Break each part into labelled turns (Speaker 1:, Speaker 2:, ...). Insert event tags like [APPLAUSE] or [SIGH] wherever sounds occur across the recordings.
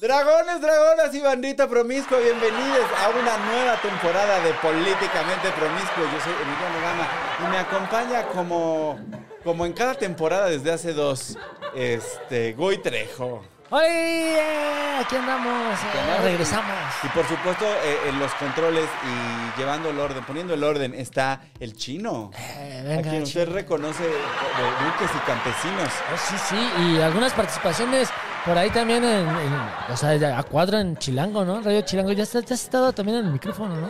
Speaker 1: Dragones, dragonas y bandita promiscua, bienvenidos a una nueva temporada de Políticamente Promiscuo. Yo soy Emiliano Gama y me acompaña como, como en cada temporada desde hace dos, este, Goy Trejo.
Speaker 2: ¡Oye! Aquí andamos. eh,
Speaker 1: andamos.
Speaker 2: regresamos.
Speaker 1: Y por supuesto, eh, en los controles y llevando el orden, poniendo el orden, está el chino.
Speaker 2: Eh,
Speaker 1: A
Speaker 2: venga,
Speaker 1: quien
Speaker 2: chico.
Speaker 1: usted reconoce de de duques y campesinos.
Speaker 2: Oh, sí, sí. Y algunas participaciones por ahí también en, en- o sea, ya a cuadro en Chilango, ¿no? Radio Chilango. Ya está- ya has estado también en el micrófono, ¿no?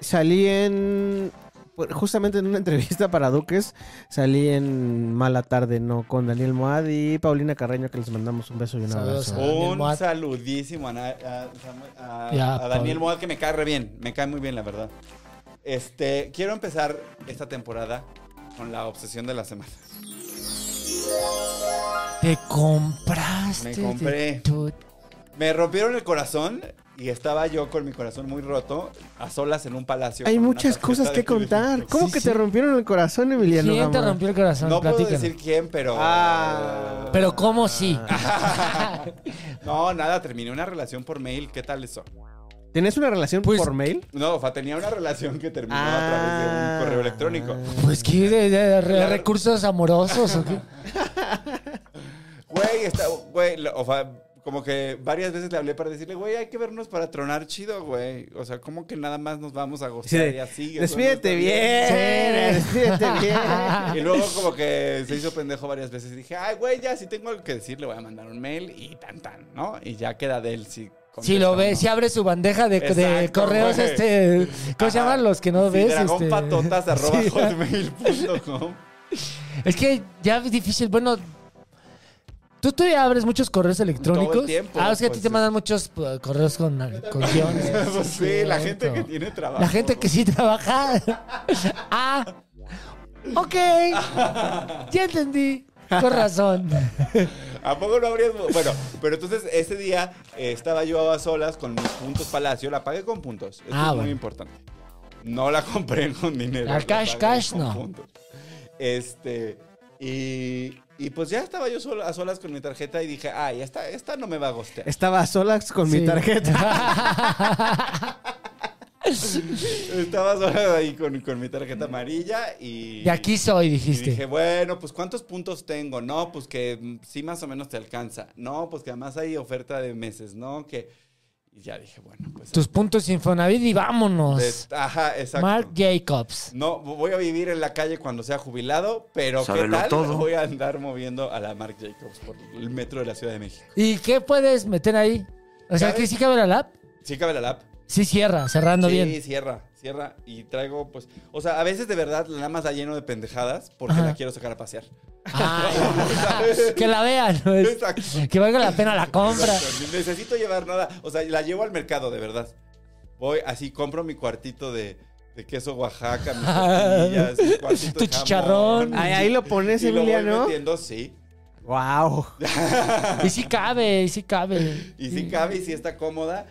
Speaker 3: Salí en. por- Justamente en una [LAUGHS] entrevista para Duques, salí en Mala Tarde, ¿no? Con Daniel Moad y Paulina Carreño, que les mandamos un beso y un
Speaker 2: Saludos.
Speaker 3: abrazo.
Speaker 2: Daniel
Speaker 1: Un
Speaker 2: Moat.
Speaker 1: saludísimo a, na- a Samuel- a-
Speaker 2: Ya,
Speaker 1: a Daniel
Speaker 2: Pablo.
Speaker 1: Moat, que me cae re bien, me cae muy bien, la verdad. Este, quiero empezar esta temporada con la obsesión de la semana. [LAUGHS]
Speaker 2: Te compraste.
Speaker 1: Me compré.
Speaker 2: de tu-
Speaker 1: Me rompieron el corazón y estaba yo con mi corazón muy roto, a solas en un palacio.
Speaker 3: Hay
Speaker 1: con una
Speaker 3: muchas
Speaker 1: tarjeta
Speaker 3: cosas
Speaker 1: de
Speaker 3: que
Speaker 1: Fidel
Speaker 3: contar.
Speaker 1: Castro.
Speaker 3: ¿Cómo
Speaker 2: Sí,
Speaker 3: que
Speaker 2: sí.
Speaker 3: te rompieron el corazón, Emiliano?
Speaker 2: ¿Quién te
Speaker 3: Gama?
Speaker 2: rompió el corazón?
Speaker 1: No puedo
Speaker 2: Platícanos.
Speaker 1: decir quién, pero...
Speaker 3: Ah.
Speaker 2: Pero ¿cómo sí?
Speaker 1: Ah. No, nada, terminé una relación por mail. ¿Qué tal eso?
Speaker 3: ¿Tenías una relación
Speaker 2: Pues-
Speaker 3: por mail?
Speaker 1: No, o sea, tenía una relación que terminó a través de
Speaker 3: Ah.
Speaker 1: un correo electrónico.
Speaker 2: [LAUGHS] Pues que de, de- re-
Speaker 1: La-
Speaker 2: recursos amorosos o qué?
Speaker 1: Güey, está, güey, lo- o sea, como que varias veces le hablé para decirle, güey, hay que vernos para tronar chido, güey. O sea, como que nada más nos vamos a
Speaker 3: Sí,
Speaker 1: gozar y
Speaker 3: de-
Speaker 1: así. eso
Speaker 3: despídete
Speaker 1: no está
Speaker 3: bien, despídete [LAUGHS] bien.
Speaker 1: bien". Y luego como que se hizo pendejo varias veces y dije, ay, güey, ya si tengo algo que decir, le voy a mandar un mail y tan tan, ¿no? Y ya queda de él si contesta
Speaker 2: Si lo
Speaker 1: o
Speaker 2: ves,
Speaker 1: no.
Speaker 2: si abres su bandeja de, de
Speaker 1: Exacto,
Speaker 2: correos,
Speaker 1: güey.
Speaker 2: este. ¿Cómo se
Speaker 1: Ajá.
Speaker 2: llaman los que no
Speaker 1: Sí,
Speaker 2: ves? este?
Speaker 1: dragonpatotas arroba
Speaker 2: [LAUGHS] Sí.
Speaker 1: hotmail.com.
Speaker 2: Es que ya es difícil. Bueno, tú te abres muchos correos electrónicos.
Speaker 1: Todo el tiempo,
Speaker 2: ah, es que a ti
Speaker 1: pues,
Speaker 2: te
Speaker 1: es-
Speaker 2: mandan muchos eh, correos con,
Speaker 1: [LAUGHS]
Speaker 2: con guiones.
Speaker 1: Pues
Speaker 2: Sí,
Speaker 1: sí, la
Speaker 2: cierto.
Speaker 1: gente que tiene trabajo.
Speaker 2: La gente que sí trabaja. [LAUGHS] ah, ok. Ya entendí. Con razón.
Speaker 1: ¿A poco no habrías.? Bueno, pero entonces ese día eh, estaba yo a solas con mis puntos Palacio. La pagué con puntos. Esto es
Speaker 2: Ah,
Speaker 1: muy
Speaker 2: bueno.
Speaker 1: importante. No la compré [LAUGHS] con dinero.
Speaker 2: La cash,
Speaker 1: pagué
Speaker 2: cash,
Speaker 1: con
Speaker 2: no.
Speaker 1: puntos. Este. Y, y pues ya estaba yo solo- a solas con mi tarjeta y dije, ay, esta, esta no me va a gostear.
Speaker 3: Estaba a solas con
Speaker 2: Sí.
Speaker 3: mi tarjeta.
Speaker 1: Estaba sola ahí con, con mi tarjeta amarilla y.
Speaker 2: De aquí soy,
Speaker 1: Y
Speaker 2: dijiste.
Speaker 1: dije, bueno, pues ¿cuántos puntos tengo? No, pues que mm, sí más o menos te alcanza. No, pues que además hay oferta de meses, ¿no? Que... Y ya dije, bueno, pues...
Speaker 2: Tus puntos Infonavit y vámonos.
Speaker 1: de- Ajá, exacto.
Speaker 2: Mark Jacobs.
Speaker 1: No, voy a vivir en la calle cuando sea jubilado, pero ¿qué
Speaker 4: Sábelo
Speaker 1: tal?
Speaker 4: todo.
Speaker 1: Voy a andar moviendo a la Marc Jacobs por el metro de la Ciudad de México.
Speaker 2: ¿Y qué puedes meter ahí? O sea,
Speaker 1: ¿Sabes?
Speaker 2: que sí cabe la lap.
Speaker 1: Sí cabe la lap.
Speaker 2: Sí cierra, cerrando
Speaker 1: sí,
Speaker 2: bien.
Speaker 1: cierra, cierra. Y traigo, pues... O sea, a veces de verdad la más está lleno de pendejadas porque
Speaker 2: Ajá.
Speaker 1: la quiero sacar a pasear.
Speaker 2: Ah, que la vean. ¿no? Es-
Speaker 1: [LAUGHS] Exacto.
Speaker 2: Que valga la pena la compra.
Speaker 1: Exacto, ni Necesito llevar nada. O sea, la llevo al mercado, de verdad. Voy así, compro mi cuartito de, de queso Oaxaca,
Speaker 2: [LAUGHS]
Speaker 1: mis tortillas, mi cuartito
Speaker 2: Tu
Speaker 1: de jamón.
Speaker 2: chicharrón.
Speaker 3: Ahí, ahí lo pones,
Speaker 1: Y lo voy
Speaker 3: Emiliano.
Speaker 1: metiendo, sí.
Speaker 3: Wow.
Speaker 2: Y sí cabe, y sí cabe.
Speaker 1: Y sí cabe y sí está cómoda.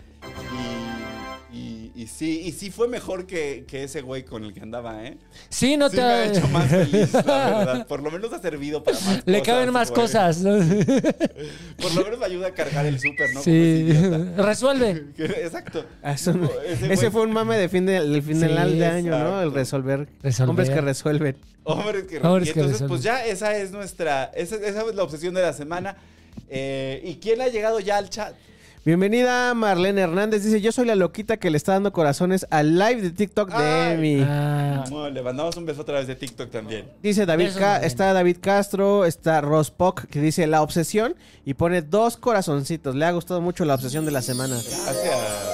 Speaker 1: Y, y- y sí, y sí fue mejor que, que ese güey con el que andaba, ¿eh?
Speaker 2: Sí, no
Speaker 1: sí
Speaker 2: te.
Speaker 1: me ha hecho más feliz,
Speaker 2: [LAUGHS]
Speaker 1: la verdad. Por lo menos ha servido para más
Speaker 2: Le
Speaker 1: cosas,
Speaker 2: caben más
Speaker 1: güey.
Speaker 2: cosas. ¿no? [LAUGHS]
Speaker 1: Por lo menos me ayuda a cargar el súper, ¿no?
Speaker 2: sí.
Speaker 1: Como ese
Speaker 2: Resuelve.
Speaker 1: idiota. [LAUGHS] Exacto.
Speaker 3: Es un-
Speaker 1: Ese
Speaker 3: ese
Speaker 1: güey-
Speaker 3: fue un mame de fin de, del final
Speaker 2: Sí,
Speaker 3: de año, ¿no? El
Speaker 1: exacto.
Speaker 3: resolver.
Speaker 2: Resolver.
Speaker 3: Hombres que resuelven.
Speaker 1: Hombres que
Speaker 2: Hombres
Speaker 1: Y
Speaker 2: que
Speaker 1: entonces,
Speaker 2: resuelven.
Speaker 1: pues ya esa es nuestra, esa, esa es la obsesión de la semana. Eh, ¿Y quién ha llegado ya al chat?
Speaker 3: Bienvenida Marlene Hernández. Dice, yo soy la loquita que le está dando corazones al live de TikTok de
Speaker 1: Ay.
Speaker 3: Emi.
Speaker 2: Ah,
Speaker 1: No, le mandamos un beso a través de TikTok también.
Speaker 3: Dice David,
Speaker 2: Eso
Speaker 3: Ca-
Speaker 2: es bueno.
Speaker 3: está David Castro, está Ross Pock, que dice la obsesión y pone dos corazoncitos. Le ha gustado mucho la obsesión de la semana.
Speaker 1: Gracias.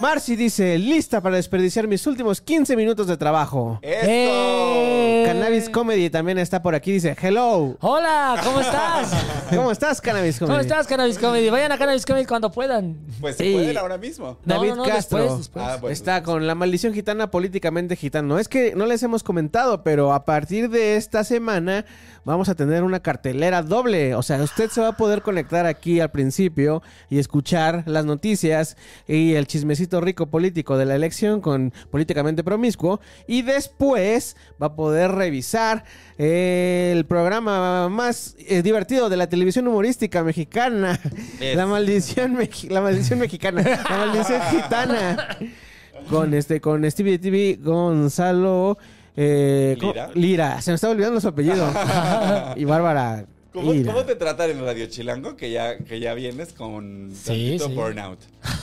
Speaker 3: Marcy dice, lista para desperdiciar mis últimos 15 minutos de trabajo.
Speaker 1: ¡Esto!
Speaker 2: ¡Eh!
Speaker 3: Cannabis Comedy también está por aquí, dice,
Speaker 2: [LAUGHS]
Speaker 3: hello.
Speaker 2: Hola,
Speaker 3: [LAUGHS]
Speaker 2: ¿cómo estás?
Speaker 3: ¿Cómo estás, Cannabis Comedy?
Speaker 2: ¿Cómo estás, Cannabis Comedy? Vayan a Cannabis Comedy cuando puedan.
Speaker 1: Pues se
Speaker 3: Sí.
Speaker 1: pueden ahora mismo.
Speaker 2: No,
Speaker 3: David
Speaker 2: no, no,
Speaker 3: Castro.
Speaker 2: después, después.
Speaker 1: Ah, bueno.
Speaker 3: Está con la maldición gitana políticamente gitano. Es que no les hemos comentado, pero a partir de esta semana vamos a tener una cartelera doble. O sea, usted se va a poder conectar aquí al principio y escuchar las noticias y el chismecito rico político de la elección con políticamente promiscuo. Y después va a poder revisar eh, el programa más eh, divertido de la televisión humorística mexicana.
Speaker 1: Es.
Speaker 3: La maldición, mexi- la maldición mexicana. La maldición gitana con este con Stevie TV Gonzalo eh, ¿cómo-
Speaker 1: Lira.
Speaker 3: Lira. se me estaba olvidando su
Speaker 1: [LAUGHS]
Speaker 3: apellido y Bárbara
Speaker 1: ¿Cómo,
Speaker 3: Lira.
Speaker 1: cómo te tratan en Radio Chilango? Que ya, que ya vienes con
Speaker 2: Sí,
Speaker 1: tantito
Speaker 2: sí.
Speaker 1: burnout.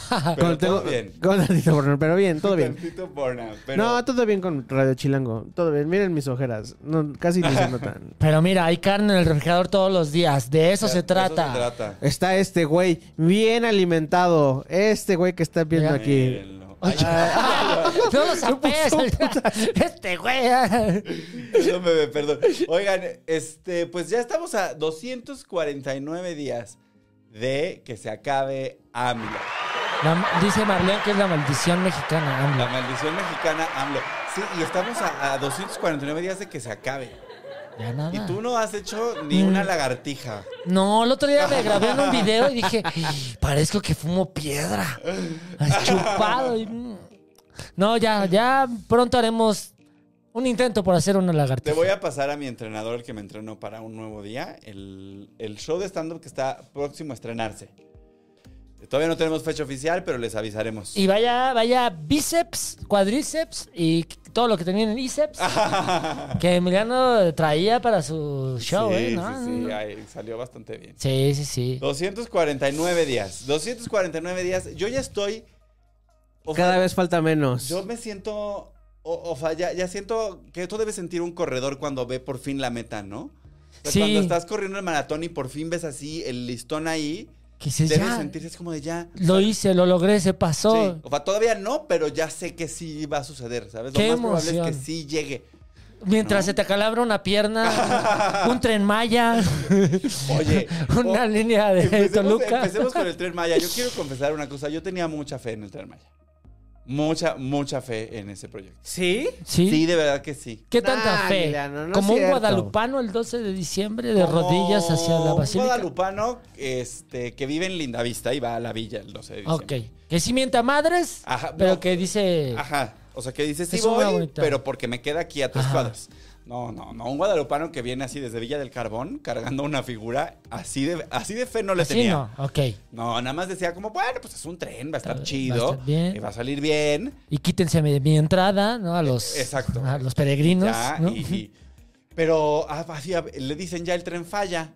Speaker 3: Con-
Speaker 1: Pero
Speaker 3: tengo-
Speaker 1: todo bien.
Speaker 3: con [LAUGHS] tantito burnout, pero bien todo bien
Speaker 1: Tantito burnout. [LAUGHS] Pero
Speaker 3: no todo bien con Radio Chilango todo bien miren mis ojeras no, casi ni se notan
Speaker 1: [LAUGHS]
Speaker 2: Pero mira, hay carne en el refrigerador todos los días. De eso
Speaker 1: de-
Speaker 2: se
Speaker 1: de
Speaker 2: trata.
Speaker 1: se trata.
Speaker 3: está este güey bien alimentado este güey que está viendo
Speaker 2: Ya.
Speaker 3: aquí
Speaker 1: Mírenlo. Ay,
Speaker 2: Ah, [LAUGHS] no lo sabes. Este güey. ah.
Speaker 1: Perdón, bebé, perdón. Oigan, este, pues ya estamos a 249 días de que se acabe AMLO.
Speaker 2: La- dice Marlene que es la maldición mexicana. Ah,
Speaker 1: La
Speaker 2: AMLO.
Speaker 1: maldición mexicana AMLO. Sí, y estamos a, a 249 días de que se acabe.
Speaker 2: Ya nada.
Speaker 1: Y tú no has hecho ni una lagartija.
Speaker 2: No, el otro día me grabé en un video y dije, parezco que fumo piedra. Chupado. y- mm. No, ya, ya pronto haremos un intento por hacer una
Speaker 1: Te
Speaker 2: lagartija.
Speaker 1: voy a pasar a mi entrenador, el que me entrenó para un nuevo día, el, el show de stand-up que está próximo a estrenarse. Todavía no tenemos fecha oficial, pero les avisaremos.
Speaker 2: Y vaya, vaya bíceps, cuadríceps y todo lo que tenía en
Speaker 1: [LAUGHS]
Speaker 2: el bíceps que Emiliano traía para su show,
Speaker 1: sí,
Speaker 2: ¿eh? ¿No?
Speaker 1: sí, sí, ay, salió bastante bien.
Speaker 2: Sí, sí, sí.
Speaker 1: 249 días. 249 días. Yo ya estoy. o sea,
Speaker 3: cada vez falta menos
Speaker 1: Yo me siento. O, o sea, ya, ya siento que tú debes sentir un corredor cuando ve por fin la meta, ¿no? O sea,
Speaker 2: Sí.
Speaker 1: Cuando estás corriendo el maratón y por fin ves así el listón ahí,
Speaker 2: Que se
Speaker 1: debes
Speaker 2: ya,
Speaker 1: sentirse es como de ya.
Speaker 2: Lo hice, lo logré, se pasó.
Speaker 1: Sí. O sea, todavía no, pero ya sé que sí va a suceder, ¿sabes? Lo
Speaker 2: Qué
Speaker 1: más probable es
Speaker 2: emoción.
Speaker 1: que sí llegue.
Speaker 2: Mientras
Speaker 1: No.
Speaker 2: se te acalabra
Speaker 1: [LAUGHS]
Speaker 2: una pierna, un tren maya,
Speaker 1: Oye,
Speaker 2: [LAUGHS] una
Speaker 1: o-
Speaker 2: línea de
Speaker 1: Oh. [LAUGHS] empecemos,
Speaker 2: Toluca.
Speaker 1: empecemos con el Tren Maya. Yo
Speaker 2: [LAUGHS]
Speaker 1: quiero confesar una cosa. Yo tenía mucha fe en el Tren Maya. Mucha, mucha fe en ese proyecto.
Speaker 3: sí
Speaker 2: ¿Sí?
Speaker 1: Sí, de verdad que sí.
Speaker 2: ¿Qué tanta
Speaker 3: Nah,
Speaker 2: fe?
Speaker 3: Emiliano, no es
Speaker 2: Como un
Speaker 3: cierto.
Speaker 2: guadalupano el 12 de diciembre de
Speaker 1: Como
Speaker 2: rodillas hacia la
Speaker 1: un
Speaker 2: basílica.
Speaker 1: guadalupano este, que vive en Lindavista y va a la villa el 12 de
Speaker 2: Ok.
Speaker 1: diciembre.
Speaker 2: Que sí mienta madres,
Speaker 1: Ajá,
Speaker 2: pero
Speaker 1: no.
Speaker 2: que dice...
Speaker 1: Ajá. O sea, que dices, sí
Speaker 2: Es una
Speaker 1: voy,
Speaker 2: bonita.
Speaker 1: pero porque me queda aquí a tres
Speaker 2: Ajá.
Speaker 1: cuadras. No, no, no. Un guadalupano que viene así desde Villa del Carbón cargando una figura así de, así de fe no le
Speaker 2: así
Speaker 1: tenía.
Speaker 2: no, ok.
Speaker 1: No, nada más decía como, bueno, pues es un tren, va a estar
Speaker 2: Va a
Speaker 1: chido,
Speaker 2: estar bien.
Speaker 1: y va a salir bien.
Speaker 2: Y quítense mi, mi entrada, ¿no? A los,
Speaker 1: Eh, Exacto.
Speaker 2: a los peregrinos.
Speaker 1: ya,
Speaker 2: ¿no?
Speaker 1: y, y- pero ah, así, a- le dicen ya el tren falla.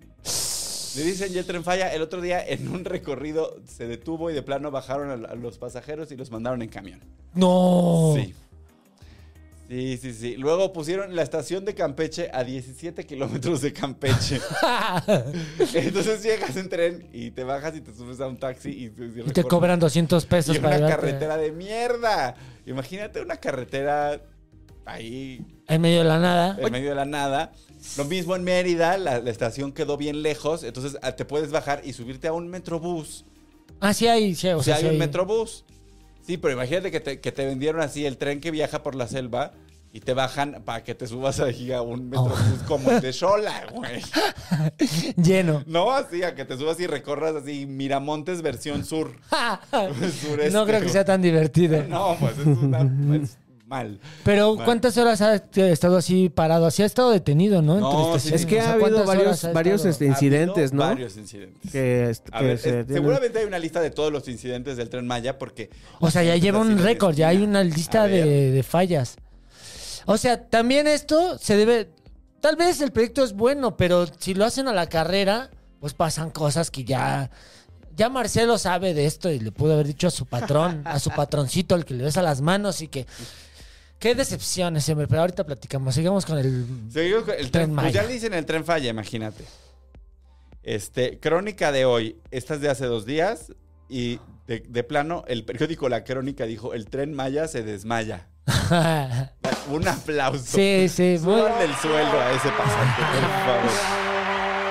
Speaker 1: Le dicen ya el tren falla. El otro día en un recorrido se detuvo y de plano bajaron a, a los pasajeros y los mandaron en camión.
Speaker 2: [LAUGHS] No.
Speaker 1: Sí. Sí, sí, sí. Luego pusieron la estación de Campeche a 17 kilómetros de
Speaker 2: [LAUGHS]
Speaker 1: Campeche. Entonces llegas en tren y te bajas y te subes a un taxi y,
Speaker 2: y te cobran 200 pesos
Speaker 1: Y
Speaker 2: para
Speaker 1: una
Speaker 2: llevarte
Speaker 1: carretera de mierda. Imagínate una carretera ahí
Speaker 2: en medio de la nada.
Speaker 1: en medio de la nada. Lo mismo en Mérida, la, la estación quedó bien lejos, entonces ah, te puedes bajar y subirte a un metrobús.
Speaker 2: Ah, sí hay, sí, o
Speaker 1: O sea,
Speaker 2: sea,
Speaker 1: hay
Speaker 2: sí
Speaker 1: un
Speaker 2: hay-
Speaker 1: metrobús. Sí, pero imagínate que te, que te vendieron así el tren que viaja por la selva y te bajan para que te subas ahí a un metrobús como el de Shola, güey.
Speaker 2: [LAUGHS] lleno.
Speaker 1: No así, a que te subas y recorras así Miramontes versión sur. [LAUGHS] Sureste,
Speaker 2: no creo que
Speaker 1: güey.
Speaker 2: sea tan divertido.
Speaker 1: [LAUGHS] No, pues es una- pues, mal.
Speaker 2: Pero
Speaker 1: Mal.
Speaker 2: ¿cuántas horas ha estado así parado? Así ha estado detenido, ¿no? En
Speaker 1: No,
Speaker 2: tres
Speaker 1: sí,
Speaker 2: estaciones.
Speaker 3: es que
Speaker 2: O sea,
Speaker 3: ha habido
Speaker 2: ¿cuántas horas
Speaker 3: varios
Speaker 2: ha
Speaker 3: varios
Speaker 2: estado?
Speaker 3: este, incidentes
Speaker 1: Ha habido
Speaker 3: no
Speaker 1: Varios incidentes.
Speaker 3: que, este,
Speaker 1: A
Speaker 3: que
Speaker 1: ver,
Speaker 3: se
Speaker 1: eh,
Speaker 3: tienen-
Speaker 1: seguramente hay una lista de todos los incidentes del tren Maya porque...
Speaker 2: O sea, ya lleva un
Speaker 1: Así de
Speaker 2: récord, ya hay
Speaker 1: esquina.
Speaker 2: una lista
Speaker 1: A ver,
Speaker 2: de, de fallas. O sea, también esto se debe... Tal vez el proyecto es bueno, pero si lo hacen a la carrera, pues pasan cosas que ya... ya Marcelo sabe de esto y le pudo haber dicho a su patrón, a su patroncito, al que le besa las manos y que. Qué decepciones siempre, pero ahorita platicamos. Sigamos con el. [LAUGHS]
Speaker 1: Seguimos con el
Speaker 2: Tren
Speaker 1: tren, pues ya
Speaker 2: Maya.
Speaker 1: le dicen el tren falla, imagínate. Este, crónica de hoy. Esta es de hace dos días. Y de, de plano, el periódico La Crónica dijo: el tren Maya se desmaya. Un aplauso.
Speaker 2: sí, sí, muy-
Speaker 1: Súbanle el sueldo a ese pasante, por favor.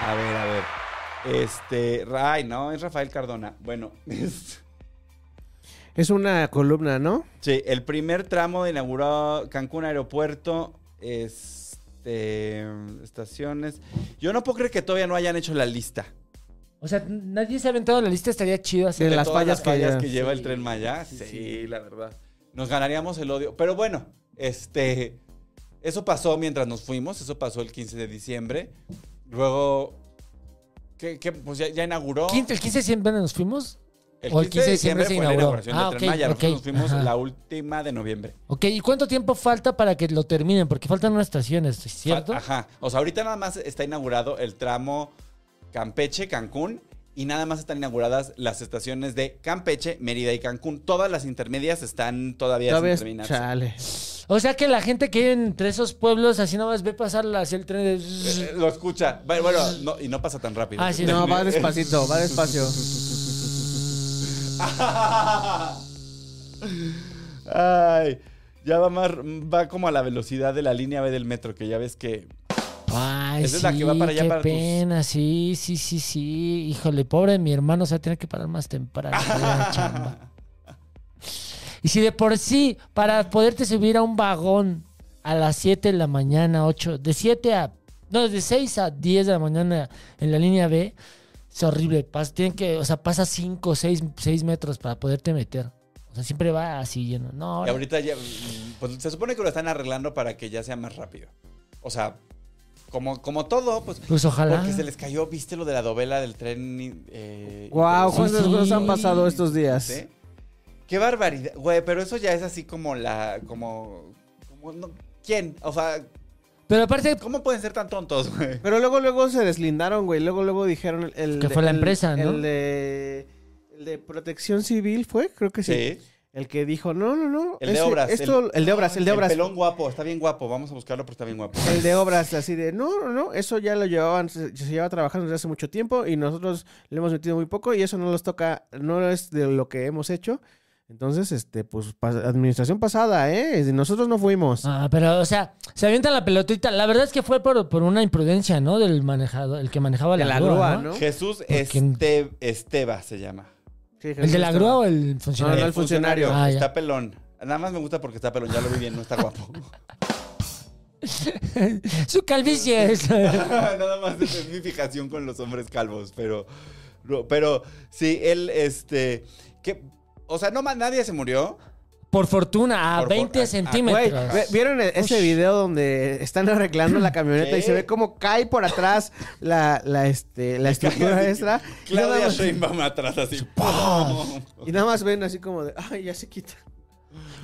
Speaker 1: A ver, a ver. Este, ay, no, es Rafael Cardona. Bueno, [LAUGHS] es-
Speaker 3: Es una columna, ¿no?
Speaker 1: sí, el primer tramo de inaugurado Cancún Aeropuerto, este, estaciones. Yo no puedo creer que todavía no hayan hecho la lista
Speaker 2: O sea, nadie se ha aventado la lista, estaría chido así.
Speaker 3: De
Speaker 1: de
Speaker 3: las
Speaker 1: todas
Speaker 3: fallas
Speaker 1: las
Speaker 3: que
Speaker 1: fallas
Speaker 3: ya-
Speaker 1: que, lleva el
Speaker 2: Sí,
Speaker 1: tren Maya.
Speaker 2: sí,
Speaker 1: Sí,
Speaker 2: sí,
Speaker 1: la verdad. Nos ganaríamos el odio. Pero bueno, este, eso pasó mientras nos fuimos. Eso pasó el 15 de diciembre. Luego, ¿qué, qué? pues ya, ya inauguró.
Speaker 2: ¿Quince- ¿El 15 siempre nos fuimos? o el 15 de diciembre se
Speaker 1: fue la
Speaker 2: inauguró.
Speaker 1: inauguración del
Speaker 2: Ah,
Speaker 1: tren
Speaker 2: ok,
Speaker 1: Maya. Nosotros
Speaker 2: ok,
Speaker 1: nos fuimos
Speaker 2: ajá.
Speaker 1: la última de noviembre.
Speaker 2: Ok, ¿y cuánto tiempo falta para que lo terminen? Porque faltan unas estaciones, ¿cierto?
Speaker 1: Ajá. O sea, ahorita nada más está inaugurado el tramo Campeche-Cancún y nada más están inauguradas las estaciones de Campeche, Mérida y Cancún. Todas las intermedias están todavía,
Speaker 3: Todavía
Speaker 1: sin
Speaker 3: es,
Speaker 1: terminarse. [LAUGHS]
Speaker 3: chale.
Speaker 2: O sea que la gente que vive entre esos pueblos así nomás ve pasar hacia el tren
Speaker 1: Eh,
Speaker 2: de...
Speaker 1: eh, Lo escucha. Bueno, bueno, no- y no pasa tan rápido.
Speaker 2: Ah, sí,
Speaker 3: No, va despacito, va despacio.
Speaker 1: [LAUGHS] Ay, ya va más, va como a la velocidad de la línea B del metro, que ya ves que
Speaker 2: Ay,
Speaker 1: Esa
Speaker 2: sí,
Speaker 1: es la que va para allá,
Speaker 2: qué
Speaker 1: para tus-
Speaker 2: pena, sí, sí, sí, sí. Híjole, pobre de mi hermano, se va a tener que parar más temprano. para ir
Speaker 1: [LAUGHS]
Speaker 2: a la chamba. Y si de por sí, para poderte subir a un vagón a las 7 de la mañana, 8, de 7 a... No, de 6 a 10 de la mañana en la línea B, es horrible. Pas- tienen que, o sea, pasa 5, 6, metros para poderte meter. O sea, siempre va así lleno. No,
Speaker 1: y ahorita ya, mm, pues se supone que lo están arreglando para que ya sea más rápido. O sea, como, como todo, pues,
Speaker 2: pues ojalá.
Speaker 1: porque se les cayó, viste lo de la novela del tren. Eh,
Speaker 3: Wow,
Speaker 1: interesante?
Speaker 3: ¿cuántas
Speaker 2: Sí.
Speaker 3: cosas han pasado estos días?
Speaker 1: ¿Sí? Qué barbaridad, güey, pero eso ya es así como la, como, como no- ¿quién? O sea,
Speaker 2: Pero aparte,
Speaker 1: ¿cómo pueden ser tan tontos, güey?
Speaker 3: Pero luego, luego se deslindaron, güey. Luego, luego dijeron el...
Speaker 2: Que
Speaker 3: de-
Speaker 2: fue la
Speaker 3: el-
Speaker 2: empresa, ¿no?
Speaker 3: El de, el de protección civil, ¿fue? Creo que sí.
Speaker 1: Sí.
Speaker 3: El que dijo, no, no, no.
Speaker 1: El de
Speaker 3: ese-
Speaker 1: obras,
Speaker 3: esto- el, de obras, el de obras.
Speaker 1: El pelón guapo, está bien guapo, vamos a buscarlo, pero está bien guapo.
Speaker 3: El de obras, así de, no, no, no, eso ya lo llevaban, se, se lleva trabajando desde hace mucho tiempo y nosotros le hemos metido muy poco y eso no los toca, no es de lo que hemos hecho. Entonces, este, pues, pas- administración pasada, ¿eh? Nosotros no fuimos.
Speaker 2: Ah, pero, o sea, se avienta la pelotita. La verdad es que fue por, por una imprudencia, ¿no? Del manejado, el que manejaba
Speaker 3: de
Speaker 2: la, grúa, ¿no?
Speaker 1: Jesús
Speaker 2: Porque-
Speaker 1: Este- Esteba se llama.
Speaker 3: Sí,
Speaker 2: ¿El de la
Speaker 3: justo.
Speaker 2: grúa o el
Speaker 3: No,
Speaker 2: funcionario?
Speaker 3: no, el funcionario.
Speaker 2: Ah, ya.
Speaker 1: está pelón. Nada más me gusta porque está pelón, ya lo vi bien, no está
Speaker 2: [LAUGHS]
Speaker 1: guapo.
Speaker 2: Su calvicie es.
Speaker 1: [LAUGHS]
Speaker 2: [LAUGHS]
Speaker 1: Nada más es mi fijación con los hombres calvos, pero. no, Pero sí, él, este. Que, o sea, no más nadie
Speaker 3: [LAUGHS]
Speaker 1: se murió.
Speaker 2: por fortuna, a
Speaker 1: Por for-
Speaker 2: 20
Speaker 1: ah,
Speaker 3: Güey,
Speaker 2: centímetros.
Speaker 3: ¿ve- ¿vieron e- ese video donde están arreglando
Speaker 1: [LAUGHS]
Speaker 3: la camioneta y
Speaker 1: ¿Qué?
Speaker 3: se ve cómo cae por atrás la, la, este, la estructura extra? Y nada,
Speaker 1: Claudia
Speaker 3: más,
Speaker 1: Sheinbaum atrás así. ¡pum!
Speaker 3: y nada más ven así como de, ay, ya se quita.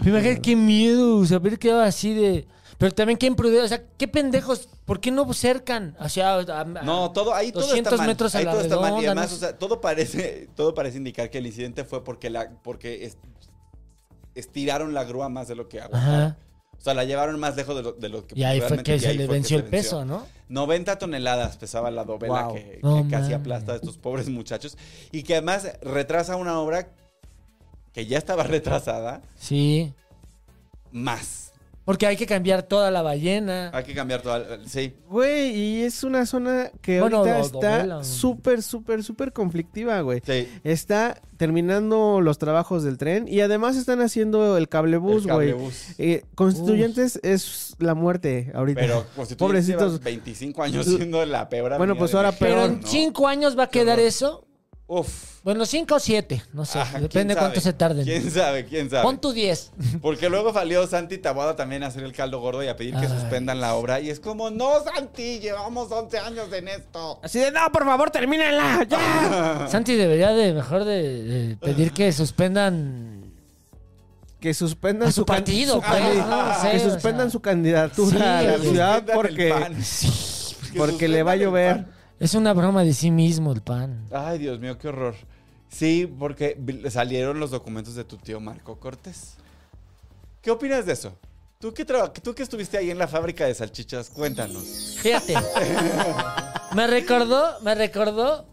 Speaker 2: Pero Imagínate qué miedo saber que va así de. Pero también qué imprudencia. O sea, qué pendejos. ¿Por qué no cercan? O sea, a- a-
Speaker 1: No, todo, ahí todo
Speaker 2: 200
Speaker 1: está mal.
Speaker 2: metros a
Speaker 1: ahí
Speaker 2: la
Speaker 1: todo está mal. Y
Speaker 2: redonda,
Speaker 1: además,
Speaker 2: no
Speaker 1: o sea, todo parece, todo parece indicar que el incidente fue porque la, porque est- estiraron la grúa más de lo que aguantaba.
Speaker 2: Ajá.
Speaker 1: O sea, la llevaron más lejos de lo, de lo que
Speaker 2: Y ahí fue
Speaker 1: realmente-
Speaker 2: que
Speaker 1: y
Speaker 2: se
Speaker 1: ahí
Speaker 2: le
Speaker 1: fue que
Speaker 2: venció
Speaker 1: se
Speaker 2: el peso, ¿no?
Speaker 1: 90 toneladas pesaba la dovela
Speaker 3: Wow.
Speaker 1: que, que
Speaker 2: No
Speaker 1: casi
Speaker 2: mames.
Speaker 1: aplasta a estos pobres muchachos. Y que además retrasa una obra que ya estaba [LAUGHS] retrasada
Speaker 2: Sí.
Speaker 1: más.
Speaker 2: Porque hay que cambiar toda la ballena.
Speaker 1: Hay que cambiar toda la- Sí.
Speaker 3: Güey, y es una zona que
Speaker 2: Bueno,
Speaker 3: ahorita
Speaker 2: lo-
Speaker 3: está
Speaker 2: dobela.
Speaker 3: súper, súper, súper conflictiva, güey.
Speaker 1: sí.
Speaker 3: Está terminando los trabajos del tren y además están haciendo el cablebús,
Speaker 1: El cable
Speaker 3: güey.
Speaker 1: bus.
Speaker 3: Eh, constituyentes es la muerte ahorita.
Speaker 1: Pero pues, Constituyentes
Speaker 3: Pobrecitos.
Speaker 1: lleva 25 años siendo la peor
Speaker 3: Bueno,
Speaker 1: avenida
Speaker 3: pues
Speaker 1: de
Speaker 3: ahora
Speaker 1: México,
Speaker 2: Pero
Speaker 3: peor,
Speaker 2: en
Speaker 1: ¿no?
Speaker 2: cinco años va a quedar
Speaker 1: horror.
Speaker 2: eso.
Speaker 1: Uf.
Speaker 2: Bueno, cinco o siete. No sé.
Speaker 1: Ajá, ¿quién
Speaker 2: Depende cuánto
Speaker 1: sabe?
Speaker 2: se tarden.
Speaker 1: ¿Quién sabe? ¿Quién sabe?
Speaker 2: Pon
Speaker 1: [LAUGHS]
Speaker 2: tu 10.
Speaker 1: Porque luego salió Santi Taboada también a hacer el caldo gordo y a pedir que
Speaker 2: Ay.
Speaker 1: suspendan la obra. Y es como, no, Santi, llevamos 11 años en esto.
Speaker 3: Así de, no, por favor, termínenla, ya.
Speaker 2: Santi debería de mejor de, de pedir que suspendan
Speaker 3: que suspendan
Speaker 2: a su
Speaker 3: can-
Speaker 2: partido,
Speaker 3: su
Speaker 2: pues,
Speaker 3: candi-
Speaker 2: no sé,
Speaker 3: que
Speaker 2: o sea.
Speaker 3: suspendan su candidatura a
Speaker 2: Sí,
Speaker 3: la
Speaker 2: güey.
Speaker 3: ciudad
Speaker 1: Suspendan el
Speaker 3: [LAUGHS] porque,
Speaker 1: pan. Que
Speaker 3: porque le va a
Speaker 1: suspendan el
Speaker 3: llover.
Speaker 1: pan.
Speaker 2: Es una broma de sí mismo el pan.
Speaker 1: Ay, Dios mío, qué horror. Sí, porque vi- salieron los documentos de tu tío Marco Cortés. ¿Qué opinas de eso? ¿Tú que, traba- tú que estuviste ahí en la fábrica de salchichas, cuéntanos.
Speaker 2: Fíjate. me recordó, me recordó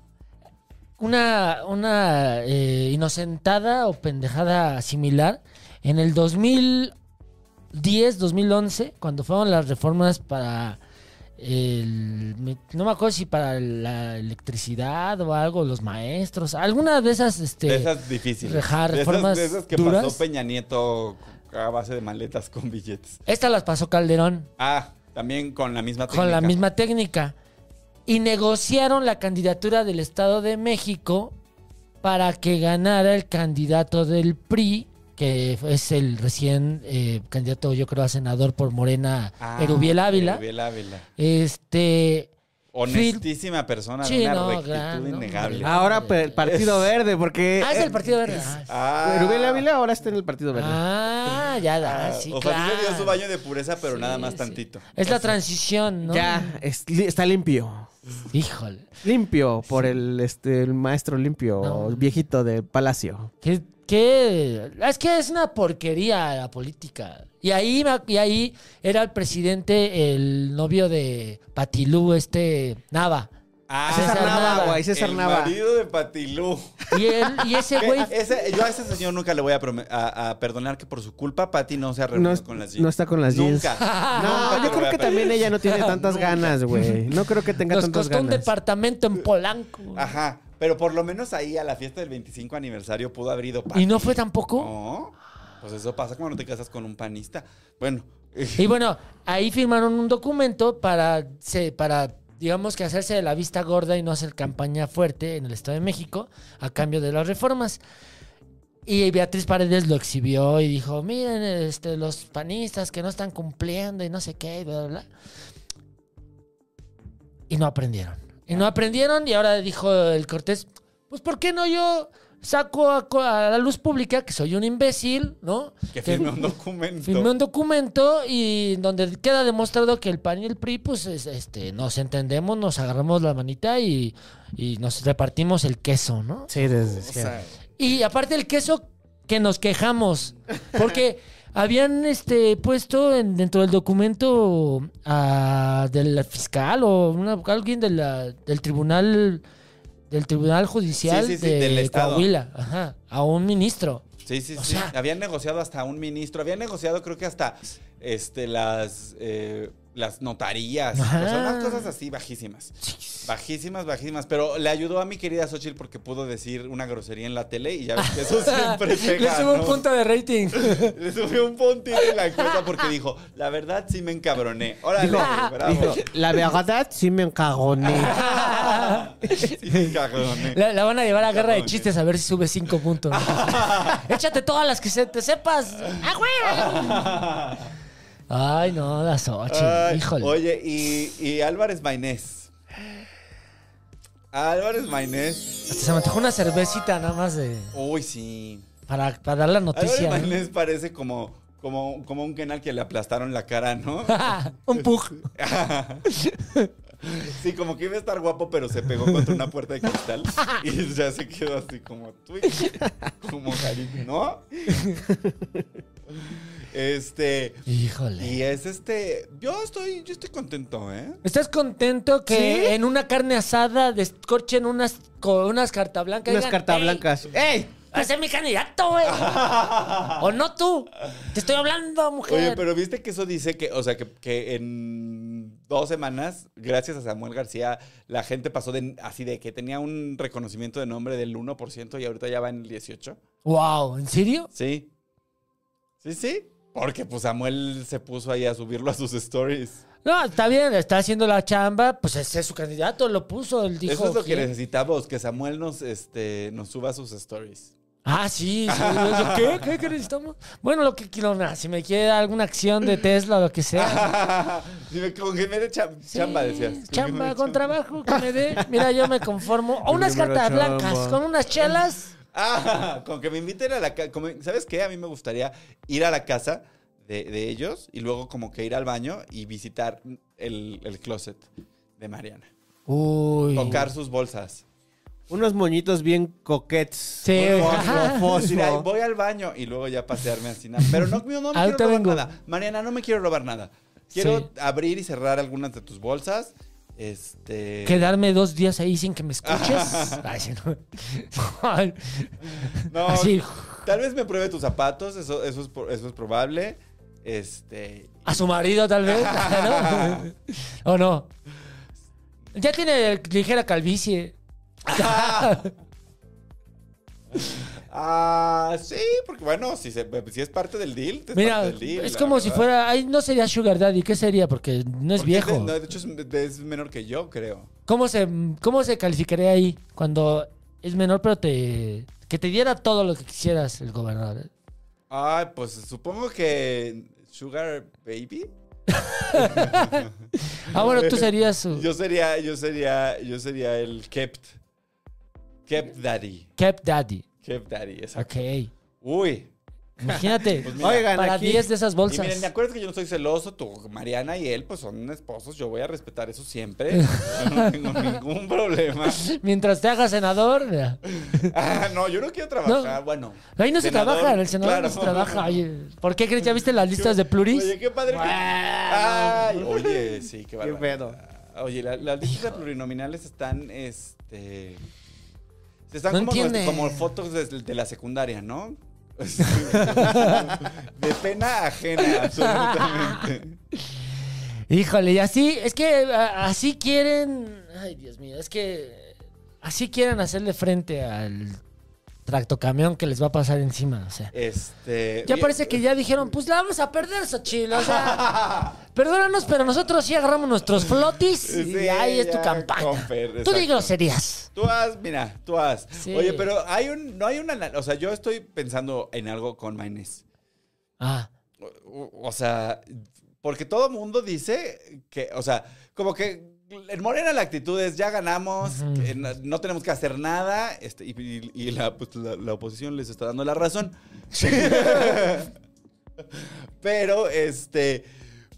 Speaker 2: una, una eh, inocentada o pendejada similar en el 2010, 2011, cuando fueron las reformas para el, me- no me acuerdo si para la electricidad o algo, los maestros, alguna de esas, este,
Speaker 1: de esas difíciles.
Speaker 2: ajá,
Speaker 1: de, esas,
Speaker 2: reformas
Speaker 1: de esas que
Speaker 2: duras.
Speaker 1: pasó Peña Nieto a base de maletas con billetes.
Speaker 2: esta las pasó Calderón.
Speaker 1: Ah, también con la misma técnica.
Speaker 2: con la misma técnica. Y negociaron la candidatura del Estado de México para que ganara el candidato del PRI, que es el recién eh, candidato, yo creo, a senador por Morena,
Speaker 1: Ah,
Speaker 2: Erubiel Ávila.
Speaker 1: Erubiel Ávila.
Speaker 2: Este.
Speaker 1: Honestísima persona,
Speaker 2: Sí,
Speaker 1: de una
Speaker 2: no,
Speaker 1: rectitud
Speaker 2: gran, no,
Speaker 1: innegable.
Speaker 2: hombre.
Speaker 3: Ahora pe- el Partido Verde, porque.
Speaker 2: Ah, es el
Speaker 3: eh,
Speaker 2: Partido Verde. Ah,
Speaker 1: Ah.
Speaker 3: Rubén Ávila ahora está en el Partido Verde.
Speaker 2: Ah, ya, da,
Speaker 1: Ah,
Speaker 2: sí,
Speaker 1: o sea, sí
Speaker 2: claro.
Speaker 1: se dio su baño de pureza, pero nada
Speaker 2: Sí,
Speaker 1: más
Speaker 2: sí. Ah,
Speaker 1: tantito.
Speaker 2: Es la transición, ¿no?
Speaker 3: Ya, es- li- está limpio.
Speaker 2: Híjole.
Speaker 3: Limpio por el, este, el maestro limpio,
Speaker 2: No.
Speaker 3: el viejito del palacio.
Speaker 2: ¿Qué, qué? Es que es una porquería la política. Y ahí, me ac- y ahí era el presidente, el novio de Patilú, este Nava.
Speaker 1: Ah,
Speaker 2: César César Nava, Nava.
Speaker 3: güey, César
Speaker 1: el
Speaker 3: Nava.
Speaker 1: marido de Patilú.
Speaker 2: Y, él-
Speaker 1: [LAUGHS]
Speaker 2: y ese
Speaker 1: Que
Speaker 2: [LAUGHS] güey.
Speaker 1: ese- yo a ese señor nunca le voy a, prome- a- a perdonar que por su culpa Pati no se ha reunido
Speaker 3: No, es-
Speaker 1: con las
Speaker 3: no está con las jeans.
Speaker 1: Nunca.
Speaker 2: [LAUGHS] Ah.
Speaker 3: No,
Speaker 1: Nunca
Speaker 3: yo
Speaker 1: te
Speaker 3: creo
Speaker 1: voy a
Speaker 3: que
Speaker 1: perdonar.
Speaker 3: también ella no tiene tantas ganas, güey. No creo que tenga
Speaker 2: Nos
Speaker 3: tantas
Speaker 2: costó un
Speaker 3: ganas.
Speaker 2: departamento en Polanco.
Speaker 1: Ajá, pero por lo menos ahí a la fiesta del 25 aniversario pudo haber ido Pati.
Speaker 2: ¿Y no fue tampoco?
Speaker 1: No, pues eso pasa cuando te casas con un panista. Bueno, [LAUGHS]
Speaker 2: Y bueno, ahí firmaron un documento para, se- para, digamos que hacerse de la vista gorda y no hacer campaña fuerte en el Estado de México a cambio de las reformas. Y Beatriz Paredes lo exhibió y dijo, miren, este, los panistas que no están cumpliendo y no sé qué, y bla, bla, bla. Y no aprendieron. Y no aprendieron y ahora dijo el Cortés, pues ¿por qué no yo saco a, co- a la luz pública que soy un imbécil, ¿no?
Speaker 1: que firme un documento.
Speaker 2: Firmé un documento y donde queda demostrado que el PAN y el PRI, pues es- este, nos entendemos, nos agarramos la manita y, y nos repartimos el queso, ¿no?
Speaker 3: Sí, desde
Speaker 1: O sea,
Speaker 2: Y aparte el queso que nos quejamos, porque [LAUGHS] habían este, puesto en- dentro del documento a- del fiscal o una, alguien de la- del tribunal del tribunal judicial
Speaker 1: Sí, sí, sí,
Speaker 2: de
Speaker 1: del estado.
Speaker 2: Coahuila, ajá, a un ministro.
Speaker 1: Sí, sí,
Speaker 2: O
Speaker 1: sí.
Speaker 2: sea-
Speaker 1: habían negociado hasta un ministro, habían negociado creo que hasta este las eh, las notarías, o sea,
Speaker 2: Ajá.
Speaker 1: unas cosas así bajísimas. Bajísimas, bajísimas, pero le ayudó a mi querida Xochitl porque pudo decir una grosería en la tele y ya ves que
Speaker 2: [LAUGHS]
Speaker 1: eso siempre pega,
Speaker 2: Le subo un
Speaker 1: ¿no?
Speaker 2: punto de rating.
Speaker 1: [LAUGHS] Le subió un puntito en la encuesta porque dijo, la verdad sí me encabroné. Órale,
Speaker 3: Dijo,
Speaker 1: bravo.
Speaker 3: dijo, la verdad sí me encagoné.
Speaker 1: [LAUGHS]
Speaker 2: [LAUGHS]
Speaker 1: Sí me encabroné. [LAUGHS]
Speaker 2: La, la van a llevar a guerra de
Speaker 1: Cabrones.
Speaker 2: chistes a ver si sube
Speaker 1: [LAUGHS]
Speaker 2: cinco puntos. Échate todas las que se te sepas. ¡Ah, güey! Ay, no, las ocho.
Speaker 1: Ay,
Speaker 2: Híjole.
Speaker 1: Oye, y, y Álvarez Maynés. Álvarez Maynés.
Speaker 2: Hasta se me antojó una cervecita nada más de,
Speaker 1: Uy, sí.
Speaker 2: para, para dar la
Speaker 1: Álvarez
Speaker 2: noticia. ¿no?
Speaker 1: Maynés parece como, como, como un canal que le aplastaron la cara,
Speaker 2: [LAUGHS]
Speaker 1: ¿no?
Speaker 2: un pug.
Speaker 1: Sí, como que iba a estar guapo, pero se pegó contra una puerta de
Speaker 2: [LAUGHS]
Speaker 1: cristal y ya se quedó así como twitch, como cariño,
Speaker 2: [LAUGHS]
Speaker 1: ¿no? Este.
Speaker 2: Híjole.
Speaker 1: Y es este. Yo estoy, yo estoy contento, ¿eh?
Speaker 2: ¿Estás contento que
Speaker 3: ¿Sí?
Speaker 2: en una carne asada descorchen unas, con unas carta blancas? y
Speaker 3: Unas
Speaker 2: digan,
Speaker 3: cartas
Speaker 2: "Ey,
Speaker 3: blancas. ¡Ey!
Speaker 2: ¡Va a ser mi
Speaker 1: [LAUGHS]
Speaker 2: candidato, güey! ¿O no tú? Te estoy hablando, mujer.
Speaker 1: Oye, pero viste que eso dice que, o sea, que, que en dos semanas, gracias a Samuel García, la gente pasó de así de que tenía un reconocimiento de nombre del 1% y ahorita ya va en el 18%.
Speaker 2: Wow, ¿en serio?
Speaker 1: Sí. Sí, sí. Porque pues Samuel se puso ahí a subirlo a sus stories.
Speaker 2: No, está bien, está haciendo la chamba, pues ese es su candidato, lo puso, él dijo.
Speaker 1: Eso es lo que
Speaker 2: ¿quién?
Speaker 1: necesitamos, que Samuel nos, este, nos suba sus stories.
Speaker 2: Ah, sí, sí,
Speaker 1: [LAUGHS]
Speaker 2: yo- ¿qué? ¿Qué, qué necesitamos? Bueno, lo que quiero, nada, si me quiere dar alguna acción de Tesla o lo que sea.
Speaker 1: [LAUGHS] Dime, con que me dé cham- chamba,
Speaker 2: Sí,
Speaker 1: decías. Con que me [LAUGHS]
Speaker 2: Chamba,
Speaker 1: dé chamba.
Speaker 2: con trabajo que me dé. Mira, yo me conformo. O unas
Speaker 3: Primero
Speaker 2: cartas
Speaker 3: chamba.
Speaker 2: blancas, con unas chelas.
Speaker 1: Ah, [LAUGHS] con que me inviten a la casa. ¿Sabes qué? A mí me gustaría ir a la casa de, de ellos y luego como que ir al baño y visitar el, el closet de Mariana.
Speaker 2: Uy.
Speaker 1: tocar sus bolsas.
Speaker 3: Unos moñitos bien coquets.
Speaker 2: Sí, ajá.
Speaker 1: Decir, "Ay, voy al baño y luego ya pasearme así. nada. Pero no, no, no me
Speaker 2: Ahorita
Speaker 1: quiero robar
Speaker 2: vengo.
Speaker 1: nada. Mariana, no me quiero robar nada. Quiero
Speaker 2: Sí.
Speaker 1: abrir y cerrar algunas de tus bolsas. Este.
Speaker 2: Quedarme dos días ahí sin que
Speaker 1: [LAUGHS]
Speaker 2: me escuches. Ay, sí, no. Ay.
Speaker 1: No,
Speaker 2: Así.
Speaker 1: Tal vez me pruebe tus zapatos, eso, eso, es, po- eso es probable. Este.
Speaker 2: A su marido, tal vez. [LAUGHS] ¿no? ¿O no? Ya tiene ligera calvicie.
Speaker 1: Ah, sí, porque bueno, si, se- si es parte del deal, [LAUGHS] te es
Speaker 2: Mira,
Speaker 1: parte del deal,
Speaker 2: es
Speaker 1: la
Speaker 2: como si
Speaker 1: verdad.
Speaker 2: fuera. Ay, no sería Sugar Daddy. ¿Qué sería? Porque no es
Speaker 1: Porque
Speaker 2: viejo.
Speaker 1: no, de hecho, es, es menor que yo, creo.
Speaker 2: ¿Cómo se, ¿Cómo se calificaría ahí cuando es menor, pero te. que te diera todo lo que quisieras el gobernador? eh?
Speaker 1: Ay, pues supongo que. Sugar Baby.
Speaker 2: Ah, bueno, tú serías su.
Speaker 1: Yo sería, yo sería, yo sería el kept. Kept daddy.
Speaker 2: Cap Daddy.
Speaker 1: Kept daddy, exacto.
Speaker 2: Ok.
Speaker 1: Uy.
Speaker 2: Imagínate.
Speaker 1: Pues mira,
Speaker 3: Oigan,
Speaker 2: para
Speaker 3: aquí.
Speaker 2: 10 de esas
Speaker 1: Y
Speaker 2: bolsas.
Speaker 1: miren, me acuerdo que yo no soy celoso, tú, Mariana y él, pues son esposos, yo voy a respetar eso siempre.
Speaker 2: [LAUGHS]
Speaker 1: Yo no tengo ningún problema.
Speaker 2: Mientras te hagas senador. mira.
Speaker 1: Ah, no, yo no quiero trabajar, bueno.
Speaker 2: Ahí no se
Speaker 1: senador,
Speaker 2: trabaja, en el senador
Speaker 1: claro.
Speaker 2: no se trabaja. Oye, ¿Por qué crees? ¿Ya viste las listas de pluris?
Speaker 1: Oye, qué padre que- Ay, oye, sí, qué
Speaker 3: Qué
Speaker 1: bárbaro.
Speaker 3: pedo.
Speaker 1: Oye, la- las listas plurinominales están, este... se Están
Speaker 2: No
Speaker 1: como,
Speaker 2: entiende.
Speaker 1: como fotos de, de la secundaria, ¿no? [LAUGHS] de pena ajena, absolutamente.
Speaker 2: Híjole, y así, es que a- así quieren. Ay, Dios mío, es que así quieren hacerle frente al tractocamión que les va a pasar encima. O sea,
Speaker 1: Este...
Speaker 2: ya
Speaker 1: bien,
Speaker 2: parece que ya dijeron, pues la vamos a perder, Xochitl. O
Speaker 1: [LAUGHS]
Speaker 2: sea,
Speaker 1: ah,
Speaker 2: perdónanos, pero nosotros sí agarramos nuestros flotis y
Speaker 1: Sí,
Speaker 2: ahí es tu
Speaker 1: ya,
Speaker 2: campaña.
Speaker 1: Comper,
Speaker 2: Tú
Speaker 1: exacto.
Speaker 2: di groserías.
Speaker 1: Tú haz, mira, tú haz.
Speaker 2: Sí.
Speaker 1: Oye, pero hay un, no hay una, o sea, yo estoy pensando en algo con Maynés.
Speaker 2: Ah,
Speaker 1: O, o sea, porque todo mundo dice que, o sea, como que en Morena la actitud es ya ganamos,
Speaker 2: Ujú.
Speaker 1: que no, no tenemos que hacer nada, este, y, y- y la, pues, la- la oposición les está dando la razón. [LAUGHS] pero, este,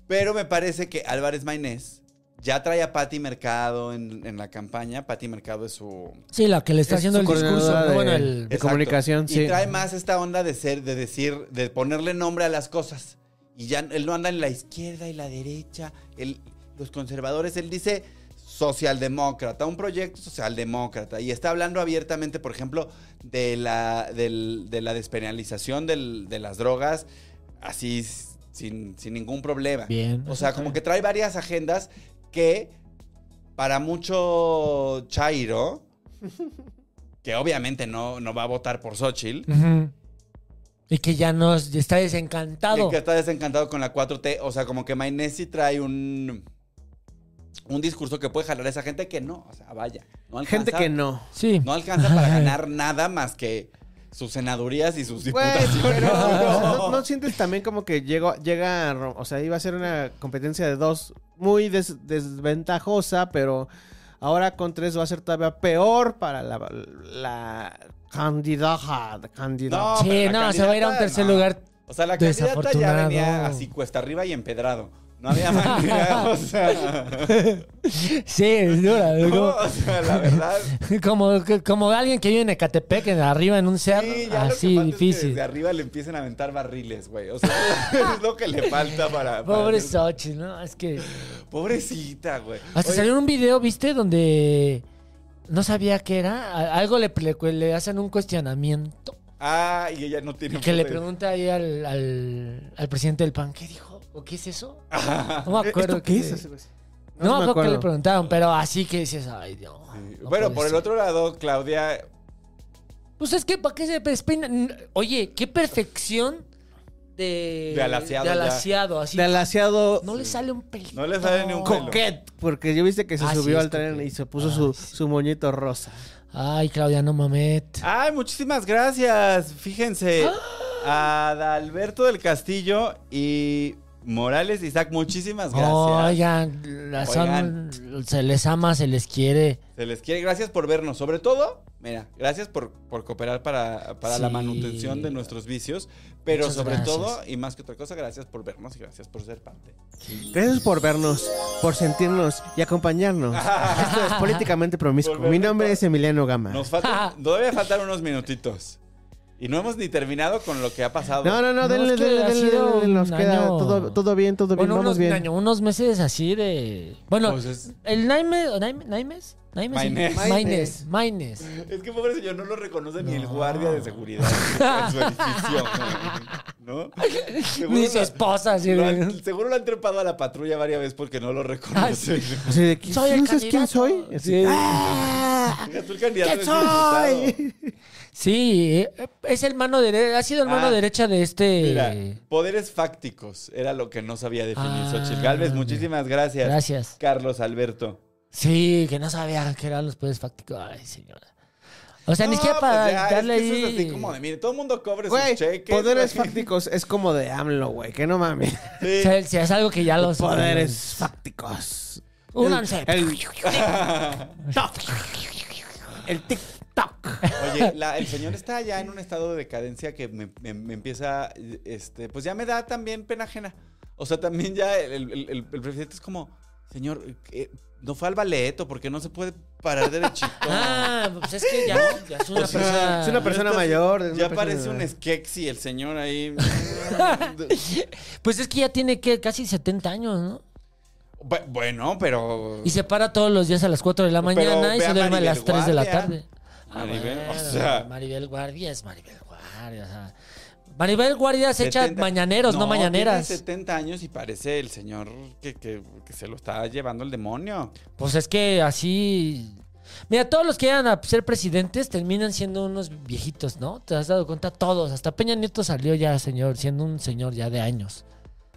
Speaker 1: pero me parece que Álvarez Maynés ya trae a Patti Mercado en, en la campaña. Patti Mercado es su,
Speaker 2: sí, la que le está
Speaker 3: Es
Speaker 2: haciendo
Speaker 3: su
Speaker 2: el discurso.
Speaker 3: coordinadora
Speaker 2: ¿no?
Speaker 3: de-
Speaker 2: Bueno, el-
Speaker 3: de
Speaker 1: Exacto.
Speaker 3: comunicación,
Speaker 1: y
Speaker 3: sí.
Speaker 1: trae más esta onda de ser, de decir, de ponerle nombre a las cosas. Y ya él no anda en la izquierda y la derecha, él- los conservadores, él dice socialdemócrata, un proyecto socialdemócrata. Y está hablando abiertamente, por ejemplo, de la, del- de la despenalización del- de las drogas, así s- sin, sin ningún problema.
Speaker 2: Bien.
Speaker 1: O sea, como que trae varias agendas que para mucho
Speaker 3: [LAUGHS]
Speaker 1: Chairo, que obviamente no, no va a votar por Xochitl,
Speaker 2: Ujú. Y que ya nos está
Speaker 1: y
Speaker 2: desencantado.
Speaker 1: que está desencantado con la 4T, o sea, como que Mainesi trae un, un discurso que puede jalar a esa gente que no, o sea, vaya, no alcanza,
Speaker 3: Gente que no.
Speaker 2: Sí.
Speaker 1: no
Speaker 3: [LAUGHS]
Speaker 1: alcanza para ganar nada más que sus senadurías y sus
Speaker 3: Güey,
Speaker 1: diputaciones.
Speaker 3: pero, o sea,
Speaker 1: [LAUGHS] No.
Speaker 3: ¿no, no sientes también como que llegó, llega, a rom- o sea, iba a ser una competencia de dos muy des- desventajosa, pero ahora con tres va a ser todavía peor para la, la candidata. candidata.
Speaker 1: No,
Speaker 2: Sí,
Speaker 1: pero la
Speaker 2: no, se va a ir a un
Speaker 1: candidata,
Speaker 2: tercer
Speaker 1: no.
Speaker 2: lugar.
Speaker 1: O sea, la candidata ya
Speaker 2: Desafortunado.
Speaker 1: venía así cuesta arriba y empedrado. No
Speaker 3: [LAUGHS]
Speaker 1: había manera, o sea...
Speaker 2: Sí, es dura.
Speaker 1: No,
Speaker 2: es como-
Speaker 1: [LAUGHS] o sea, la verdad.
Speaker 2: [LAUGHS] Como, como alguien que vive en Ecatepec, en arriba en un cerro,
Speaker 1: Sí, ya lo que
Speaker 2: así
Speaker 1: falta es que
Speaker 2: difícil.
Speaker 1: desde arriba le empiecen a aventar barriles, güey. O sea, [LAUGHS] es lo que le falta para. para-
Speaker 2: Pobre Sochi, ¿no? Es que.
Speaker 1: Pobrecita, güey.
Speaker 2: Hasta
Speaker 1: Oye,
Speaker 2: Ah, salió un video, ¿viste? Donde no sabía qué era. A- Algo le, le, le hacen
Speaker 1: [LAUGHS]
Speaker 2: un cuestionamiento.
Speaker 1: Ah, y ella no tiene.
Speaker 2: Y que le
Speaker 1: poder.
Speaker 2: pregunta ahí al, al, al presidente del PAN, ¿qué dijo? ¿O qué
Speaker 1: [LAUGHS]
Speaker 2: es eso? No me acuerdo.
Speaker 3: ¿Esto qué
Speaker 2: le-
Speaker 3: es?
Speaker 2: No, me acuerdo que le
Speaker 3: acuerdo.
Speaker 2: preguntaron, pero así que dices, ay Dios.
Speaker 1: Sí.
Speaker 2: no
Speaker 1: bueno,
Speaker 2: puede
Speaker 1: por el
Speaker 2: ser.
Speaker 1: otro lado, Claudia.
Speaker 2: Pues es que, ¿para qué se despeinan? Oye, qué perfección de.
Speaker 1: De alaciado
Speaker 2: De
Speaker 1: ya.
Speaker 2: alaciado, así.
Speaker 3: De alaciado
Speaker 2: No le sale un pelito.
Speaker 1: No le sale ni un pelo.
Speaker 3: coquet, porque yo viste que se
Speaker 2: Ah, sí,
Speaker 3: subió
Speaker 2: es
Speaker 3: al tren
Speaker 2: coquet.
Speaker 3: y se puso
Speaker 2: Ah,
Speaker 3: su,
Speaker 2: sí.
Speaker 3: su moñito rosa.
Speaker 2: Ay, Claudia, no mamet.
Speaker 1: Ay, muchísimas gracias. Fíjense.
Speaker 2: Ah.
Speaker 1: A Adalberto del Castillo y Morales Isaac, muchísimas pues gracias.
Speaker 2: Oigan, la- son- se les ama, se les quiere.
Speaker 1: Se les quiere, gracias por vernos. Sobre todo, Mira, gracias por, por cooperar para, para la
Speaker 2: Sí.
Speaker 1: manutención de nuestros vicios, pero
Speaker 2: Muchas
Speaker 1: sobre
Speaker 2: gracias.
Speaker 1: todo, y más que otra cosa, gracias por vernos y gracias por ser parte.
Speaker 3: Gracias por vernos, por sentirnos y
Speaker 2: [LAUGHS]
Speaker 3: acompañarnos. Esto es Políticamente Promiscuo. Mi nombre es Emiliano Gama.
Speaker 1: Nos faltan, todavía faltan unos minutitos. Y no hemos ni terminado con lo que ha pasado.
Speaker 3: No, no, no,
Speaker 2: No,
Speaker 3: denle,
Speaker 2: es que
Speaker 3: denle,
Speaker 2: ha
Speaker 3: denle,
Speaker 2: sido
Speaker 3: denle,
Speaker 2: un
Speaker 3: nos queda
Speaker 2: año-
Speaker 3: todo, todo bien, todo bien,
Speaker 2: Bueno,
Speaker 3: vamos
Speaker 2: unos,
Speaker 3: bien.
Speaker 2: año- unos meses así de. Bueno,
Speaker 1: Pues es-
Speaker 2: el Naime. Naime- ¿Naimes? ¿Naimes?
Speaker 1: Maines.
Speaker 2: Maines. Maines.
Speaker 1: Es que pobre señor, no lo reconoce ni el guardia de seguridad en su edificio. ¿No? Seguro
Speaker 2: Ni su
Speaker 1: la-
Speaker 2: esposa. así
Speaker 1: lo
Speaker 2: de-
Speaker 1: han- seguro lo han trepado a la patrulla varias veces porque no lo reconocen.
Speaker 3: Así de, ¿quién-
Speaker 2: Soy el
Speaker 3: ¿quién sabes quién
Speaker 2: candidato.
Speaker 3: soy? Así,
Speaker 2: Sí.
Speaker 3: ¡Ah!
Speaker 1: Fíjate, el candidato
Speaker 3: ¿Quién
Speaker 1: es diputado.
Speaker 3: soy?
Speaker 2: Sí, eh, es el mano derecha. Ha sido el mano
Speaker 1: Ah,
Speaker 2: derecha de este.
Speaker 1: Mira, poderes fácticos era lo que no sabía definir
Speaker 2: Ah,
Speaker 1: Xochitl Galvez.
Speaker 2: mira.
Speaker 1: Muchísimas gracias,
Speaker 2: Gracias.
Speaker 1: Carlos Alberto.
Speaker 2: Sí, que no sabía que eran los poderes fácticos. Ay, señora. O sea, ni
Speaker 1: No,
Speaker 2: siquiera para
Speaker 1: pues ya,
Speaker 2: darle
Speaker 1: es que eso
Speaker 2: ahí.
Speaker 1: es así como de, mire, todo el mundo cobre
Speaker 3: [LAUGHS] Güey,
Speaker 1: sus cheques.
Speaker 3: poderes
Speaker 1: güey.
Speaker 3: fácticos es como de AMLO, güey, que no
Speaker 2: [LAUGHS]
Speaker 3: mames.
Speaker 2: O
Speaker 1: Sí.
Speaker 2: sea, si es algo que ya pues, los.
Speaker 3: Poderes fácticos.
Speaker 2: Únanse.
Speaker 3: El, el, el TikTok.
Speaker 1: Oye, la- el señor está ya en un estado de decadencia que me, me- me empieza, este, pues ya me da también pena ajena. O sea, también ya el, el- el- el presidente es como, señor, eh, no fue al ballet o porque no se puede parar derechito.
Speaker 2: [LAUGHS] Ah, pues es que ya, ya es una
Speaker 1: O sea,
Speaker 2: persona.
Speaker 3: Pues es una
Speaker 1: Ya
Speaker 3: persona
Speaker 1: está-
Speaker 3: mayor, es una
Speaker 1: Ya
Speaker 3: persona-
Speaker 1: parece un skexy el señor
Speaker 2: [LAUGHS]
Speaker 1: ahí.
Speaker 2: Pues es que ya tiene que casi 70 años, ¿no?
Speaker 1: Bu- bueno, pero...
Speaker 2: Y se para todos los días a las 4 de la
Speaker 1: Pero
Speaker 2: mañana y
Speaker 1: ve a
Speaker 2: se duerme a
Speaker 1: Maribel
Speaker 2: las 3 de la
Speaker 1: Guardia.
Speaker 2: tarde. Ah,
Speaker 1: Maribel,
Speaker 2: bueno,
Speaker 1: o sea.
Speaker 2: Maribel Guardia es Maribel Guardia. o sea. Maribel Guardia se echa
Speaker 1: 70
Speaker 2: mañaneros, no, mañaneras.
Speaker 1: Tiene 70 años y parece el señor que, que- que se lo está llevando el demonio.
Speaker 2: Pues es que así. Mira, todos los que llegan a ser presidentes terminan siendo unos viejitos, ¿no? Te has dado cuenta todos. Hasta Peña Nieto salió ya, señor, siendo un señor ya de años.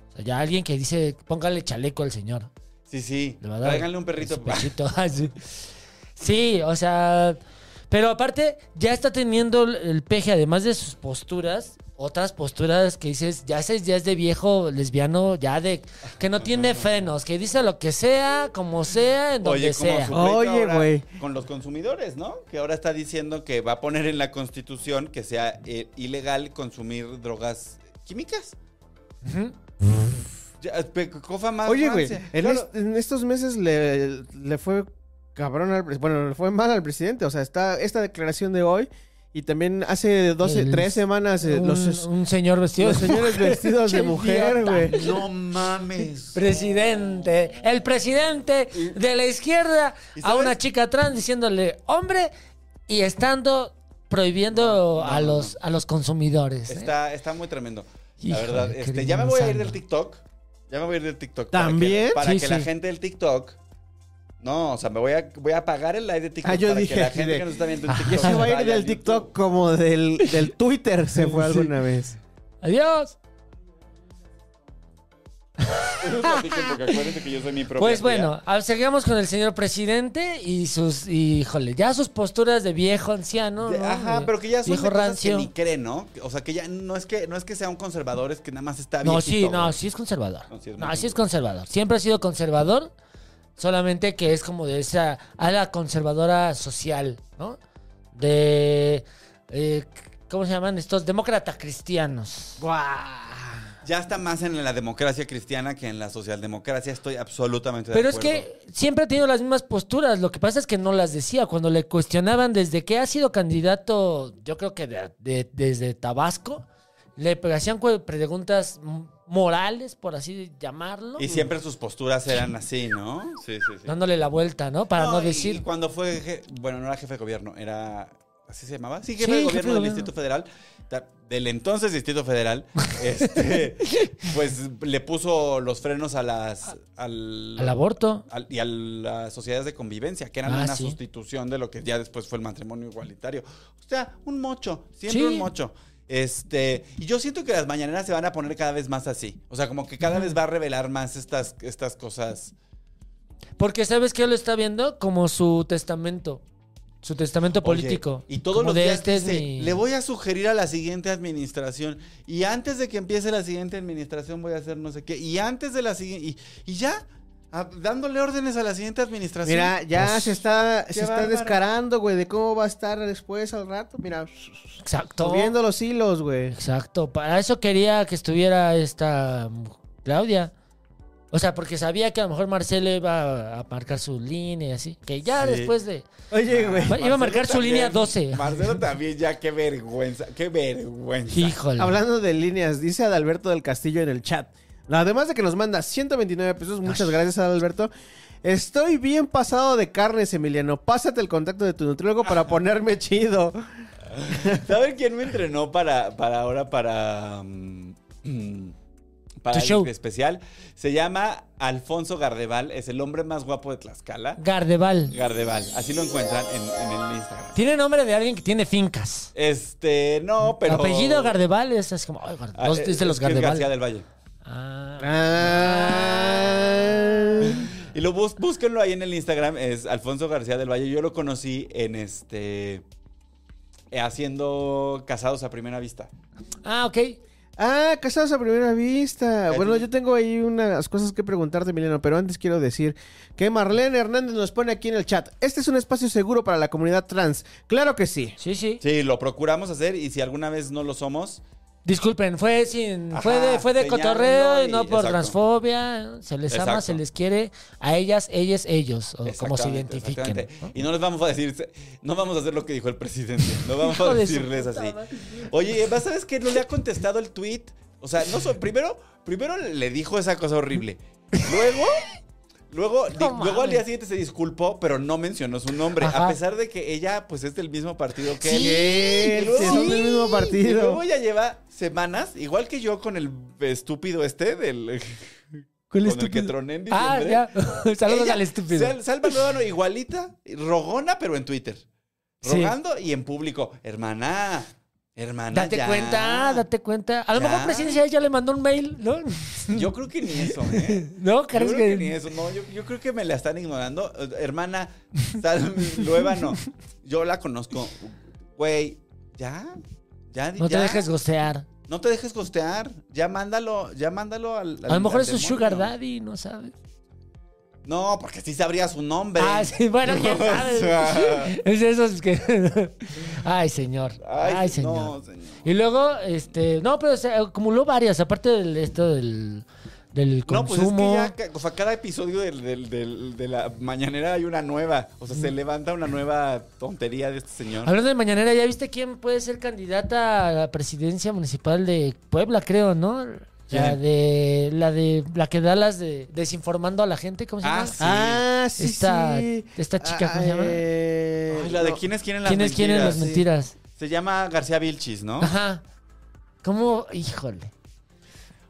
Speaker 2: O sea, ya alguien que dice, póngale chaleco al señor.
Speaker 1: Sí, sí.
Speaker 2: Le va a dar
Speaker 1: Tráiganle un perrito.
Speaker 2: su pechito, [LAUGHS] así. Sí, o sea. Pero aparte, ya está teniendo el- el peje, además de sus posturas, otras posturas que dices, ya ese ya es de viejo lesbiano, ya de. que no
Speaker 1: [LAUGHS]
Speaker 2: tiene frenos, que dice lo que sea, como sea, en donde
Speaker 1: Oye, como
Speaker 2: sea.
Speaker 1: su
Speaker 3: Oye,
Speaker 1: pleito ahora
Speaker 3: güey.
Speaker 1: Con los consumidores, ¿no? Que ahora está diciendo que va a poner en la constitución que sea eh, ilegal consumir drogas químicas.
Speaker 2: Ujú.
Speaker 1: Ya, pe- cofa más
Speaker 3: Oye, güey,
Speaker 1: Francia.
Speaker 3: en,
Speaker 1: Claro.
Speaker 3: est- en estos meses le, le fue cabrón al pre- bueno, le fue mal al presidente, o sea, está esta declaración de hoy y también hace 12,
Speaker 2: El-
Speaker 3: tres semanas eh,
Speaker 2: un,
Speaker 3: los,
Speaker 2: un señor vestido [LAUGHS]
Speaker 3: los
Speaker 2: de
Speaker 3: señores vestidos de
Speaker 2: Qué
Speaker 3: mujer, güey.
Speaker 1: No mames.
Speaker 2: Presidente, el presidente de la izquierda
Speaker 1: ¿Y
Speaker 2: a
Speaker 1: sabes?
Speaker 2: una chica trans diciéndole hombre y estando prohibiendo a
Speaker 1: no,
Speaker 2: los a los consumidores. ¿eh?
Speaker 3: este-
Speaker 1: Está, está muy tremendo. la
Speaker 2: Híjole,
Speaker 1: verdad,
Speaker 2: qué
Speaker 1: este, ya me voy a ir
Speaker 2: insano.
Speaker 1: del TikTok. Ya me voy a ir del TikTok.
Speaker 3: ¿También?
Speaker 1: Para que, para
Speaker 2: Sí,
Speaker 1: que la
Speaker 2: sí.
Speaker 1: gente del TikTok. No, o sea, me voy a, voy a apagar el live de TikTok
Speaker 3: Ah, yo
Speaker 1: para
Speaker 3: dije
Speaker 1: que la
Speaker 3: así
Speaker 1: gente
Speaker 3: de-
Speaker 1: que nos está viendo en
Speaker 3: Ya
Speaker 1: TikTok.
Speaker 3: se va a ir
Speaker 1: vaya
Speaker 3: del
Speaker 1: YouTube.
Speaker 3: TikTok como del, del Twitter se fue alguna vez.
Speaker 2: Adiós.
Speaker 1: Platiquen, porque acuérdense que yo soy mi
Speaker 2: [LAUGHS]
Speaker 1: propia
Speaker 2: Pues
Speaker 1: tía.
Speaker 2: bueno, a- seguimos con el señor presidente y sus y, híjole, ya sus posturas de viejo anciano,
Speaker 1: De-
Speaker 2: ¿no?
Speaker 1: Ajá,
Speaker 2: De
Speaker 1: pero que ya son de
Speaker 2: viejo
Speaker 1: cosas que
Speaker 2: rancio.
Speaker 1: ni cree, ¿no? O sea, que ya no es que, no es que sea un conservador, es que nada más está bien.
Speaker 2: No, sí, no, sí es conservador.
Speaker 1: No, sí es muy
Speaker 2: No, sí es conservador. Siempre ha sido conservador, solamente que es como de esa ala conservadora social, ¿no? De... eh, ¿Cómo se llaman estos? Demócratas cristianos.
Speaker 1: Ya está más en la democracia cristiana que en la socialdemocracia, estoy absolutamente de
Speaker 2: Pero es
Speaker 1: acuerdo.
Speaker 2: que siempre ha tenido las mismas posturas. Lo que pasa es que no las decía. Cuando le cuestionaban desde que ha sido candidato, yo creo que de- de- desde Tabasco, le hacían cu- preguntas m- morales, por así llamarlo.
Speaker 1: Y siempre sus posturas eran así, ¿no? Sí, sí, sí.
Speaker 2: Dándole la vuelta, ¿no? Para no,
Speaker 1: y-
Speaker 2: decir...
Speaker 1: Y cuando fue. je- Bueno, no era jefe de gobierno, era. ¿Así se llamaba? Sí, jefe
Speaker 2: Sí,
Speaker 1: de
Speaker 2: jefe de
Speaker 1: gobierno del
Speaker 2: gobierno.
Speaker 1: Distrito Federal. ta- Del entonces Distrito
Speaker 2: [LAUGHS]
Speaker 1: Federal. este, pues le puso los frenos a las. Al,
Speaker 2: Al aborto.
Speaker 1: al- y a las sociedades de convivencia, que eran
Speaker 2: Ah,
Speaker 1: una
Speaker 2: sí.
Speaker 1: sustitución de lo que ya después fue el matrimonio igualitario. O sea, un mocho, siempre
Speaker 2: Sí.
Speaker 1: un mocho. Este, y yo siento que las mañaneras se van a poner cada vez más así. O sea, como que cada vez va a revelar más estas, estas cosas.
Speaker 2: Porque sabes que él lo está viendo como su testamento. Su testamento político.
Speaker 1: Oye, y todos
Speaker 2: Como
Speaker 1: los
Speaker 2: de,
Speaker 1: días
Speaker 2: "Este es
Speaker 1: dice,
Speaker 2: mi-
Speaker 1: le voy a sugerir a la siguiente administración y antes de que empiece la siguiente administración voy a hacer no sé qué y antes de la siguiente y, y ya Ah, dándole órdenes a la siguiente administración.
Speaker 3: Mira, ya se está, se está
Speaker 1: bárbaro.
Speaker 3: descarando, güey, de cómo va a estar después al rato. Mira,
Speaker 2: Exacto.
Speaker 3: moviendo los hilos, güey.
Speaker 2: Exacto. Para eso quería que estuviera esta mm, Claudia. O sea, porque sabía que a lo mejor Marcelo iba a marcar su línea y así. Que ya
Speaker 1: Sí.
Speaker 2: después de.
Speaker 3: Oye, güey.
Speaker 2: Iba a marcar su
Speaker 1: También.
Speaker 2: línea 12.
Speaker 1: Marcelo también, ya, qué vergüenza, qué vergüenza.
Speaker 3: [LAUGHS]
Speaker 2: Híjole.
Speaker 3: Hablando de líneas, dice Adalberto del Castillo en el chat. Además de que nos manda 129 pesos, muchas gracias Adalberto. Estoy bien pasado de carnes, Emiliano. Pásate el contacto de tu nutriólogo para [LAUGHS] ponerme chido.
Speaker 1: ¿Saben quién me entrenó para, para ahora, para... mm, para
Speaker 2: Tu
Speaker 1: el
Speaker 2: show.
Speaker 1: especial? Se llama Alfonso Gardeval, es el hombre más guapo de Tlaxcala.
Speaker 2: Gardeval.
Speaker 1: Gardeval, así lo encuentran en, en el Instagram.
Speaker 2: Tiene nombre de alguien que tiene fincas.
Speaker 1: Este, no, pero...
Speaker 2: Apellido Gardeval es, es como. ay, Garde-
Speaker 1: Ah,
Speaker 2: los-
Speaker 1: eh,
Speaker 2: es de los
Speaker 1: es que es García
Speaker 2: Gardeval.
Speaker 1: del Valle.
Speaker 2: Ah.
Speaker 1: Y lo bus- búsquenlo ahí en el Instagram, es Alfonso García del Valle. Yo lo conocí en este. eh, haciendo casados a primera vista.
Speaker 2: Ah, ok.
Speaker 3: Ah, casados a primera vista.
Speaker 1: Ay,
Speaker 3: Bueno,
Speaker 1: sí.
Speaker 3: yo tengo ahí unas cosas que preguntarte, Emiliano, pero antes quiero decir que Marlene Hernández nos pone aquí en el chat. Este es un espacio seguro para la comunidad trans. Claro que sí.
Speaker 2: Sí, sí.
Speaker 1: Sí, lo procuramos hacer y si alguna vez no lo somos,
Speaker 2: Disculpen, fue sin,
Speaker 1: Ajá,
Speaker 2: fue de, fue de
Speaker 1: señalando
Speaker 2: cotorreo y no
Speaker 1: y-
Speaker 2: por
Speaker 1: exacto.
Speaker 2: transfobia. Se les ama,
Speaker 1: Exacto.
Speaker 2: se les quiere. A ellas, ellas, ellos, o como se
Speaker 1: Exactamente,
Speaker 2: identifiquen.
Speaker 1: exactamente.
Speaker 2: ¿no?
Speaker 1: Y no les vamos a decir, no vamos a hacer lo que dijo el presidente. No vamos
Speaker 2: Hijo
Speaker 1: a
Speaker 2: de su
Speaker 1: decirles
Speaker 2: puta
Speaker 1: así.
Speaker 2: madre.
Speaker 1: Oye, Eva, ¿sabes qué? No le ha contestado el tweet. O sea, no so- primero, primero le dijo esa cosa horrible. Luego, luego, di-
Speaker 2: No
Speaker 1: luego al día
Speaker 2: mames.
Speaker 1: siguiente se disculpó, pero no mencionó su nombre.
Speaker 2: Ajá.
Speaker 1: A pesar de que ella, pues, es del mismo partido que
Speaker 2: Sí,
Speaker 1: él.
Speaker 3: Él,
Speaker 1: luego-
Speaker 3: sí, son del mismo
Speaker 1: Y luego
Speaker 3: partido.
Speaker 1: ya lleva semanas, igual que yo con el estúpido este del con el que troné en
Speaker 2: Ah,
Speaker 1: diciembre.
Speaker 2: ya. [LAUGHS] Saludos
Speaker 1: Ella,
Speaker 2: al estúpido.
Speaker 1: Sal- Salva Luevano, igualita, rogona, pero en Twitter.
Speaker 2: Sí.
Speaker 1: Rogando y en público. Hermana, hermana.
Speaker 2: Date
Speaker 1: ya".
Speaker 2: cuenta, date cuenta. A lo
Speaker 1: Ya.
Speaker 2: mejor Presidencia ya le mandó un mail, ¿no? [LAUGHS]
Speaker 1: Yo creo que ni eso, ¿eh?
Speaker 2: ¿No?
Speaker 1: Yo
Speaker 2: ¿Crees
Speaker 1: creo
Speaker 2: que-
Speaker 1: que ni eso, no, yo, yo creo que me la están ignorando. Eh, Hermana, sal, [LAUGHS] Luevano, yo la conozco. Güey, ya, ya,
Speaker 2: No te
Speaker 1: ya.
Speaker 2: dejes gostear.
Speaker 1: No te dejes costear. Ya mándalo, ya mándalo al.
Speaker 2: A lo mejor es su
Speaker 1: un
Speaker 2: sugar daddy, ¿no sabes?
Speaker 1: No, porque sí sabría su nombre.
Speaker 2: Ah, sí, bueno,
Speaker 1: [LAUGHS]
Speaker 2: quién
Speaker 1: O
Speaker 2: sabe.
Speaker 1: sea.
Speaker 2: [LAUGHS] Es de esos que. [LAUGHS] Ay, señor. Ay, señor.
Speaker 1: No, señor.
Speaker 2: Y luego, este. No, pero se acumuló varias, aparte del esto del, del
Speaker 1: No, pues es
Speaker 2: consumo.
Speaker 1: que ya, ca- o sea, cada episodio del- del- del- de la mañanera hay una nueva. O sea,
Speaker 2: Mm.
Speaker 1: se levanta una nueva tontería de este señor.
Speaker 2: Hablando de mañanera, ¿ya viste quién puede ser candidata a la presidencia municipal de Puebla, creo, no? La
Speaker 1: ¿Quién?
Speaker 2: de. La de. La que da las de. Desinformando a la gente, ¿cómo se
Speaker 1: Ah,
Speaker 2: llama?
Speaker 1: sí.
Speaker 3: Ah, sí,
Speaker 2: Esta-
Speaker 3: sí.
Speaker 2: esta chica, ¿cómo se llama?
Speaker 3: eh,
Speaker 1: Ay, la de
Speaker 3: no.
Speaker 1: quién es quién en las
Speaker 2: ¿Quiénes
Speaker 1: mentiras.
Speaker 2: quieren las
Speaker 1: Sí.
Speaker 2: mentiras?
Speaker 1: Se llama García Vilchis, ¿no?
Speaker 2: Ajá. ¿Cómo? Híjole.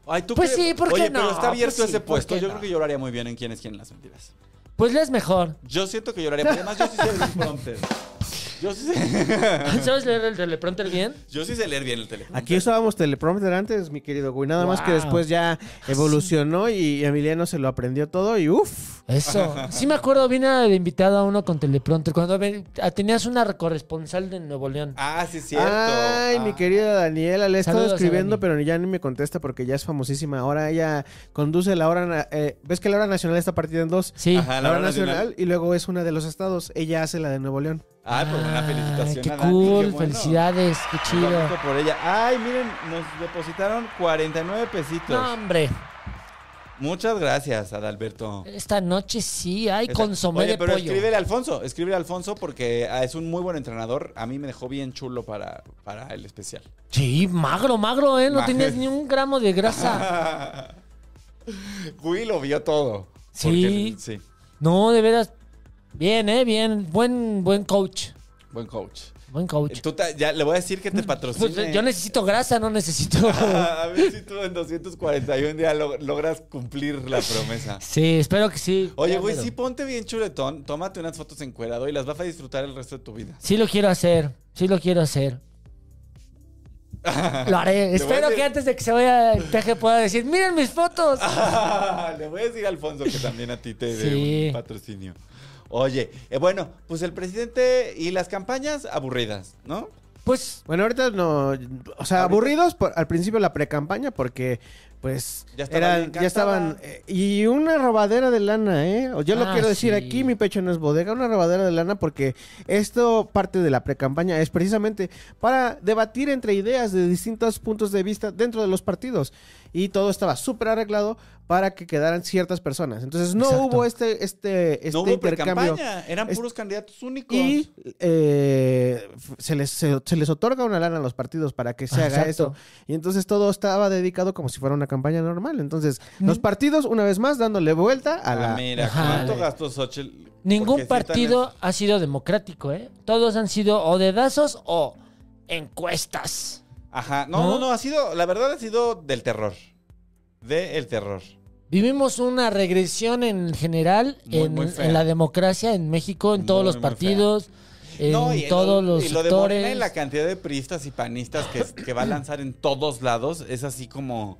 Speaker 1: Ay, ¿tú
Speaker 2: Pues
Speaker 1: qué-
Speaker 2: sí, ¿por qué
Speaker 1: Oye,
Speaker 2: no?
Speaker 1: pero está abierto
Speaker 2: Pues sí,
Speaker 1: ese
Speaker 2: ¿por
Speaker 1: puesto.
Speaker 2: qué
Speaker 1: Yo
Speaker 2: no?
Speaker 1: creo que yo lo haría muy bien en quién es quién en las mentiras.
Speaker 2: Pues lees
Speaker 1: [LAUGHS]
Speaker 2: mejor.
Speaker 1: Yo siento que yo lo haría. porque Además, yo sí sé leer un prompter. Yo sí sé, [LAUGHS]
Speaker 2: ¿Sabes leer el teleprompter bien?
Speaker 1: yo sí sé leer bien el teléfono.
Speaker 3: Aquí usábamos teleprompter antes, mi querido güey. Nada más que
Speaker 2: Wow.
Speaker 3: después ya evolucionó y Emiliano se lo aprendió todo y uff.
Speaker 1: [LAUGHS]
Speaker 2: Eso. Sí me acuerdo, vine de invitado a uno con teleprompter. Cuando ven- ah, tenías una corresponsal de Nuevo León.
Speaker 1: Ah, sí, es cierto.
Speaker 3: Ay,
Speaker 1: Ah.
Speaker 3: mi querida Daniela, le he estado
Speaker 2: Saludos a
Speaker 3: escribiendo,
Speaker 2: Dani.
Speaker 3: pero ya ni me contesta porque ya es famosísima. Ahora ella conduce la hora. na- eh, ¿Ves que la hora nacional está partida en dos?
Speaker 2: Sí.
Speaker 1: Ajá.
Speaker 3: La,
Speaker 1: Ah,
Speaker 3: hora nacional, y luego es una de los estados. Ella hace la de Nuevo León.
Speaker 1: Ay, pues una felicitación.
Speaker 2: Qué
Speaker 1: a Dani,
Speaker 2: cool,
Speaker 1: qué bueno.
Speaker 2: felicidades, qué
Speaker 1: Lo
Speaker 2: chido.
Speaker 1: aviso por ella. Ay, miren, nos depositaron 49 pesitos.
Speaker 2: No, hombre,
Speaker 1: Muchas gracias, Adalberto.
Speaker 2: esta noche sí hay
Speaker 1: Esa-
Speaker 2: consomé
Speaker 1: Oye,
Speaker 2: de
Speaker 1: pero
Speaker 2: pollo.
Speaker 1: escríbele a Alfonso, escríbele a Alfonso porque ah, es un muy buen entrenador. A mí me dejó bien chulo para, para el especial. [LAUGHS]
Speaker 2: Sí, magro, magro, ¿eh? No
Speaker 1: Magro.
Speaker 2: tenías ni un gramo de
Speaker 1: [LAUGHS]
Speaker 2: grasa.
Speaker 1: Will lo vio todo.
Speaker 2: Sí.
Speaker 1: Porque- sí,
Speaker 2: No, de veras. Bien, ¿eh? Bien. Buen, buen coach.
Speaker 1: buen coach.
Speaker 2: Buen coach.
Speaker 1: Tú ta- ya le voy a decir
Speaker 2: [LAUGHS]
Speaker 1: que te patrocine.
Speaker 2: Pues, yo necesito grasa, no necesito.
Speaker 1: [LAUGHS] a ver si tú en 241 días lo- logras cumplir la promesa.
Speaker 2: Sí, espero que sí.
Speaker 1: Oye,
Speaker 2: Ya,
Speaker 1: güey,
Speaker 2: pero-
Speaker 1: sí ponte bien chuletón, tómate unas fotos encuerado y las vas a disfrutar el resto de tu vida. [LAUGHS]
Speaker 2: Sí lo quiero hacer, sí lo quiero hacer. Lo haré.
Speaker 1: Te voy a
Speaker 2: Espero
Speaker 1: decir-
Speaker 2: que antes de que se vaya el peje pueda decir, miren
Speaker 1: [LAUGHS]
Speaker 2: mis fotos.
Speaker 1: Le voy a decir a Alfonso que también a ti te dé
Speaker 2: Sí.
Speaker 1: un patrocinio. Oye, eh, bueno, pues el presidente y las campañas aburridas, ¿no?
Speaker 2: Pues
Speaker 3: Bueno, ahorita no. O sea, aburridos por- al principio la pre-campaña porque pues
Speaker 1: Ya
Speaker 3: ya
Speaker 1: estaban
Speaker 3: estaban,
Speaker 1: bien
Speaker 3: ya estaban eh, y una robadera de lana, ¿eh? O Yo lo
Speaker 2: Ah,
Speaker 3: quiero decir
Speaker 2: sí.
Speaker 3: aquí, mi pecho no es bodega, una robadera de lana porque esto parte de la precampaña es precisamente para debatir entre ideas de distintos puntos de vista dentro de los partidos y todo estaba súper arreglado para que quedaran ciertas personas. Entonces no
Speaker 2: Exacto.
Speaker 3: hubo este este este
Speaker 1: no hubo
Speaker 3: intercambio.
Speaker 1: precampaña, eran
Speaker 3: Es-
Speaker 1: puros candidatos únicos.
Speaker 3: Y eh, f- se, les, se, se les otorga una lana a los partidos para que se
Speaker 2: Ah,
Speaker 3: haga
Speaker 2: exacto.
Speaker 3: eso. Y entonces todo estaba dedicado como si fuera una campaña normal. Entonces, los partidos, una vez más, dándole vuelta a
Speaker 1: Ah,
Speaker 3: la.
Speaker 1: mira,
Speaker 2: Ajá.
Speaker 1: ¿cuánto gastó Xochitl? Porque
Speaker 2: Ningún
Speaker 1: sí
Speaker 2: partido ha sido democrático, ¿eh? Todos han sido o dedazos o encuestas.
Speaker 1: están- Ajá, no, no,
Speaker 2: ¿No?
Speaker 1: no, ha sido, la verdad ha sido del terror. De el terror.
Speaker 2: Vivimos una regresión en general
Speaker 1: Muy,
Speaker 2: en,
Speaker 1: muy fea.
Speaker 2: en la democracia en México, en todos
Speaker 1: Muy,
Speaker 2: los
Speaker 1: muy fea.
Speaker 2: partidos, en todos los
Speaker 1: y lo de
Speaker 2: sectores.
Speaker 1: Morena y la cantidad de priistas y panistas que, que va a lanzar en todos lados es así como.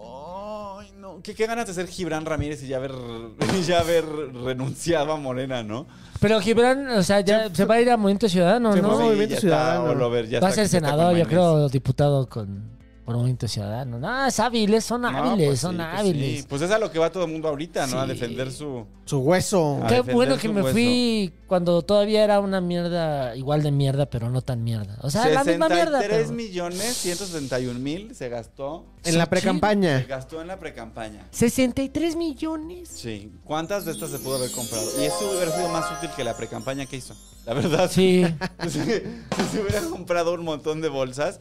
Speaker 1: Ay, no. ¿Qué, qué ganas de ser Gibran Ramírez y ya haber, [LAUGHS] y ya haber renunciado a Morena, ¿no?
Speaker 2: Pero Gibran, o sea, ya se va a ir a Movimiento Ciudadano,
Speaker 3: Se
Speaker 2: ¿no?
Speaker 3: fue.
Speaker 1: Sí,
Speaker 3: Movimiento
Speaker 1: ya
Speaker 3: Ciudadano.
Speaker 1: está all over, ya
Speaker 2: va a
Speaker 1: está-
Speaker 2: ser
Speaker 1: ya está
Speaker 2: senador,
Speaker 1: con
Speaker 2: yo
Speaker 1: mayonesa.
Speaker 2: creo, diputado con por Movimiento Ciudadano. No, es hábiles, son
Speaker 1: No,
Speaker 2: hábiles,
Speaker 1: pues sí,
Speaker 2: son
Speaker 1: pues
Speaker 2: hábiles.
Speaker 1: sí. Pues es a lo que va todo el mundo ahorita, ¿no? A
Speaker 2: Sí.
Speaker 1: defender su.
Speaker 3: Su hueso.
Speaker 1: Ah.
Speaker 2: Qué
Speaker 1: defender
Speaker 2: bueno
Speaker 1: su
Speaker 2: que me
Speaker 1: hueso.
Speaker 2: fui cuando todavía era una mierda, igual de mierda, pero no tan mierda. O sea, la misma mierda.
Speaker 1: 63
Speaker 2: pero-
Speaker 1: millones 161 mil se gastó.
Speaker 3: En la
Speaker 1: Se
Speaker 3: precampaña.
Speaker 1: gastó en la precampaña.
Speaker 2: 63 millones.
Speaker 1: Sí. ¿Cuántas de estas se pudo haber comprado? Y eso hubiera sido más útil que la precampaña que hizo. La verdad.
Speaker 2: Sí,
Speaker 1: [LAUGHS] Si se hubiera comprado un montón de bolsas,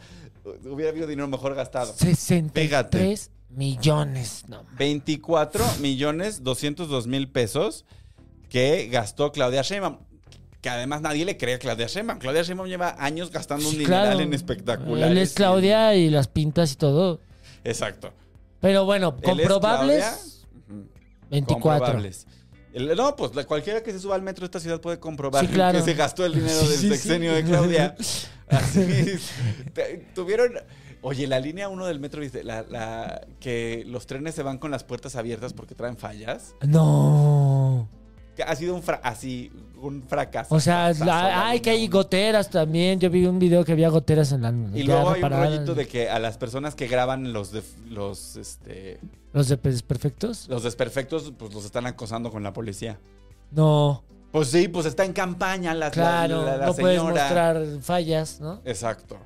Speaker 1: hubiera habido dinero mejor gastado.
Speaker 2: 63
Speaker 1: Pégate.
Speaker 2: millones. No.
Speaker 1: 24 millones 202 mil pesos que gastó Claudia Sheinbaum. Que además nadie le cree a Claudia Sheinbaum. Claudia Sheinbaum lleva años gastando un
Speaker 2: Sí,
Speaker 1: dineral
Speaker 2: claro.
Speaker 1: en espectaculares.
Speaker 2: Él es Claudia y las pintas y todo.
Speaker 1: Exacto.
Speaker 2: Pero bueno,
Speaker 1: Él es
Speaker 2: comprobables,
Speaker 1: Claudia. Ujú.
Speaker 2: 24.
Speaker 1: Comprobables. El- no, pues la- cualquiera que se suba al metro de esta ciudad puede comprobar
Speaker 2: Sí, claro.
Speaker 1: que se gastó el dinero
Speaker 2: [LAUGHS] Sí,
Speaker 1: del
Speaker 2: sí, sí.
Speaker 1: sexenio de
Speaker 2: [LAUGHS]
Speaker 1: Claudia. Así es. Te- Tuvieron. Oye, la línea 1 del metro, ¿viste? La, la- que los trenes se van con las puertas abiertas porque traen fallas.
Speaker 2: No.
Speaker 1: Que ha sido un fra- así, un fracaso.
Speaker 2: O sea,
Speaker 1: Fracaso,
Speaker 2: la-
Speaker 1: la
Speaker 2: ay, que hay
Speaker 1: línea
Speaker 2: goteras también. Yo vi un video que había goteras en la.
Speaker 1: uno. Y
Speaker 2: ya
Speaker 1: luego hay un
Speaker 2: reparadas.
Speaker 1: rollito de que a las personas que graban los def- los este
Speaker 2: ¿Los de Pez Perfectos?
Speaker 1: los desperfectos, pues los están acosando con la policía.
Speaker 2: No,
Speaker 1: Pues sí, pues está en campaña la, la-
Speaker 2: claro.
Speaker 1: la- la
Speaker 2: no puedes
Speaker 1: señora.
Speaker 2: mostrar fallas, ¿no?
Speaker 1: Exacto.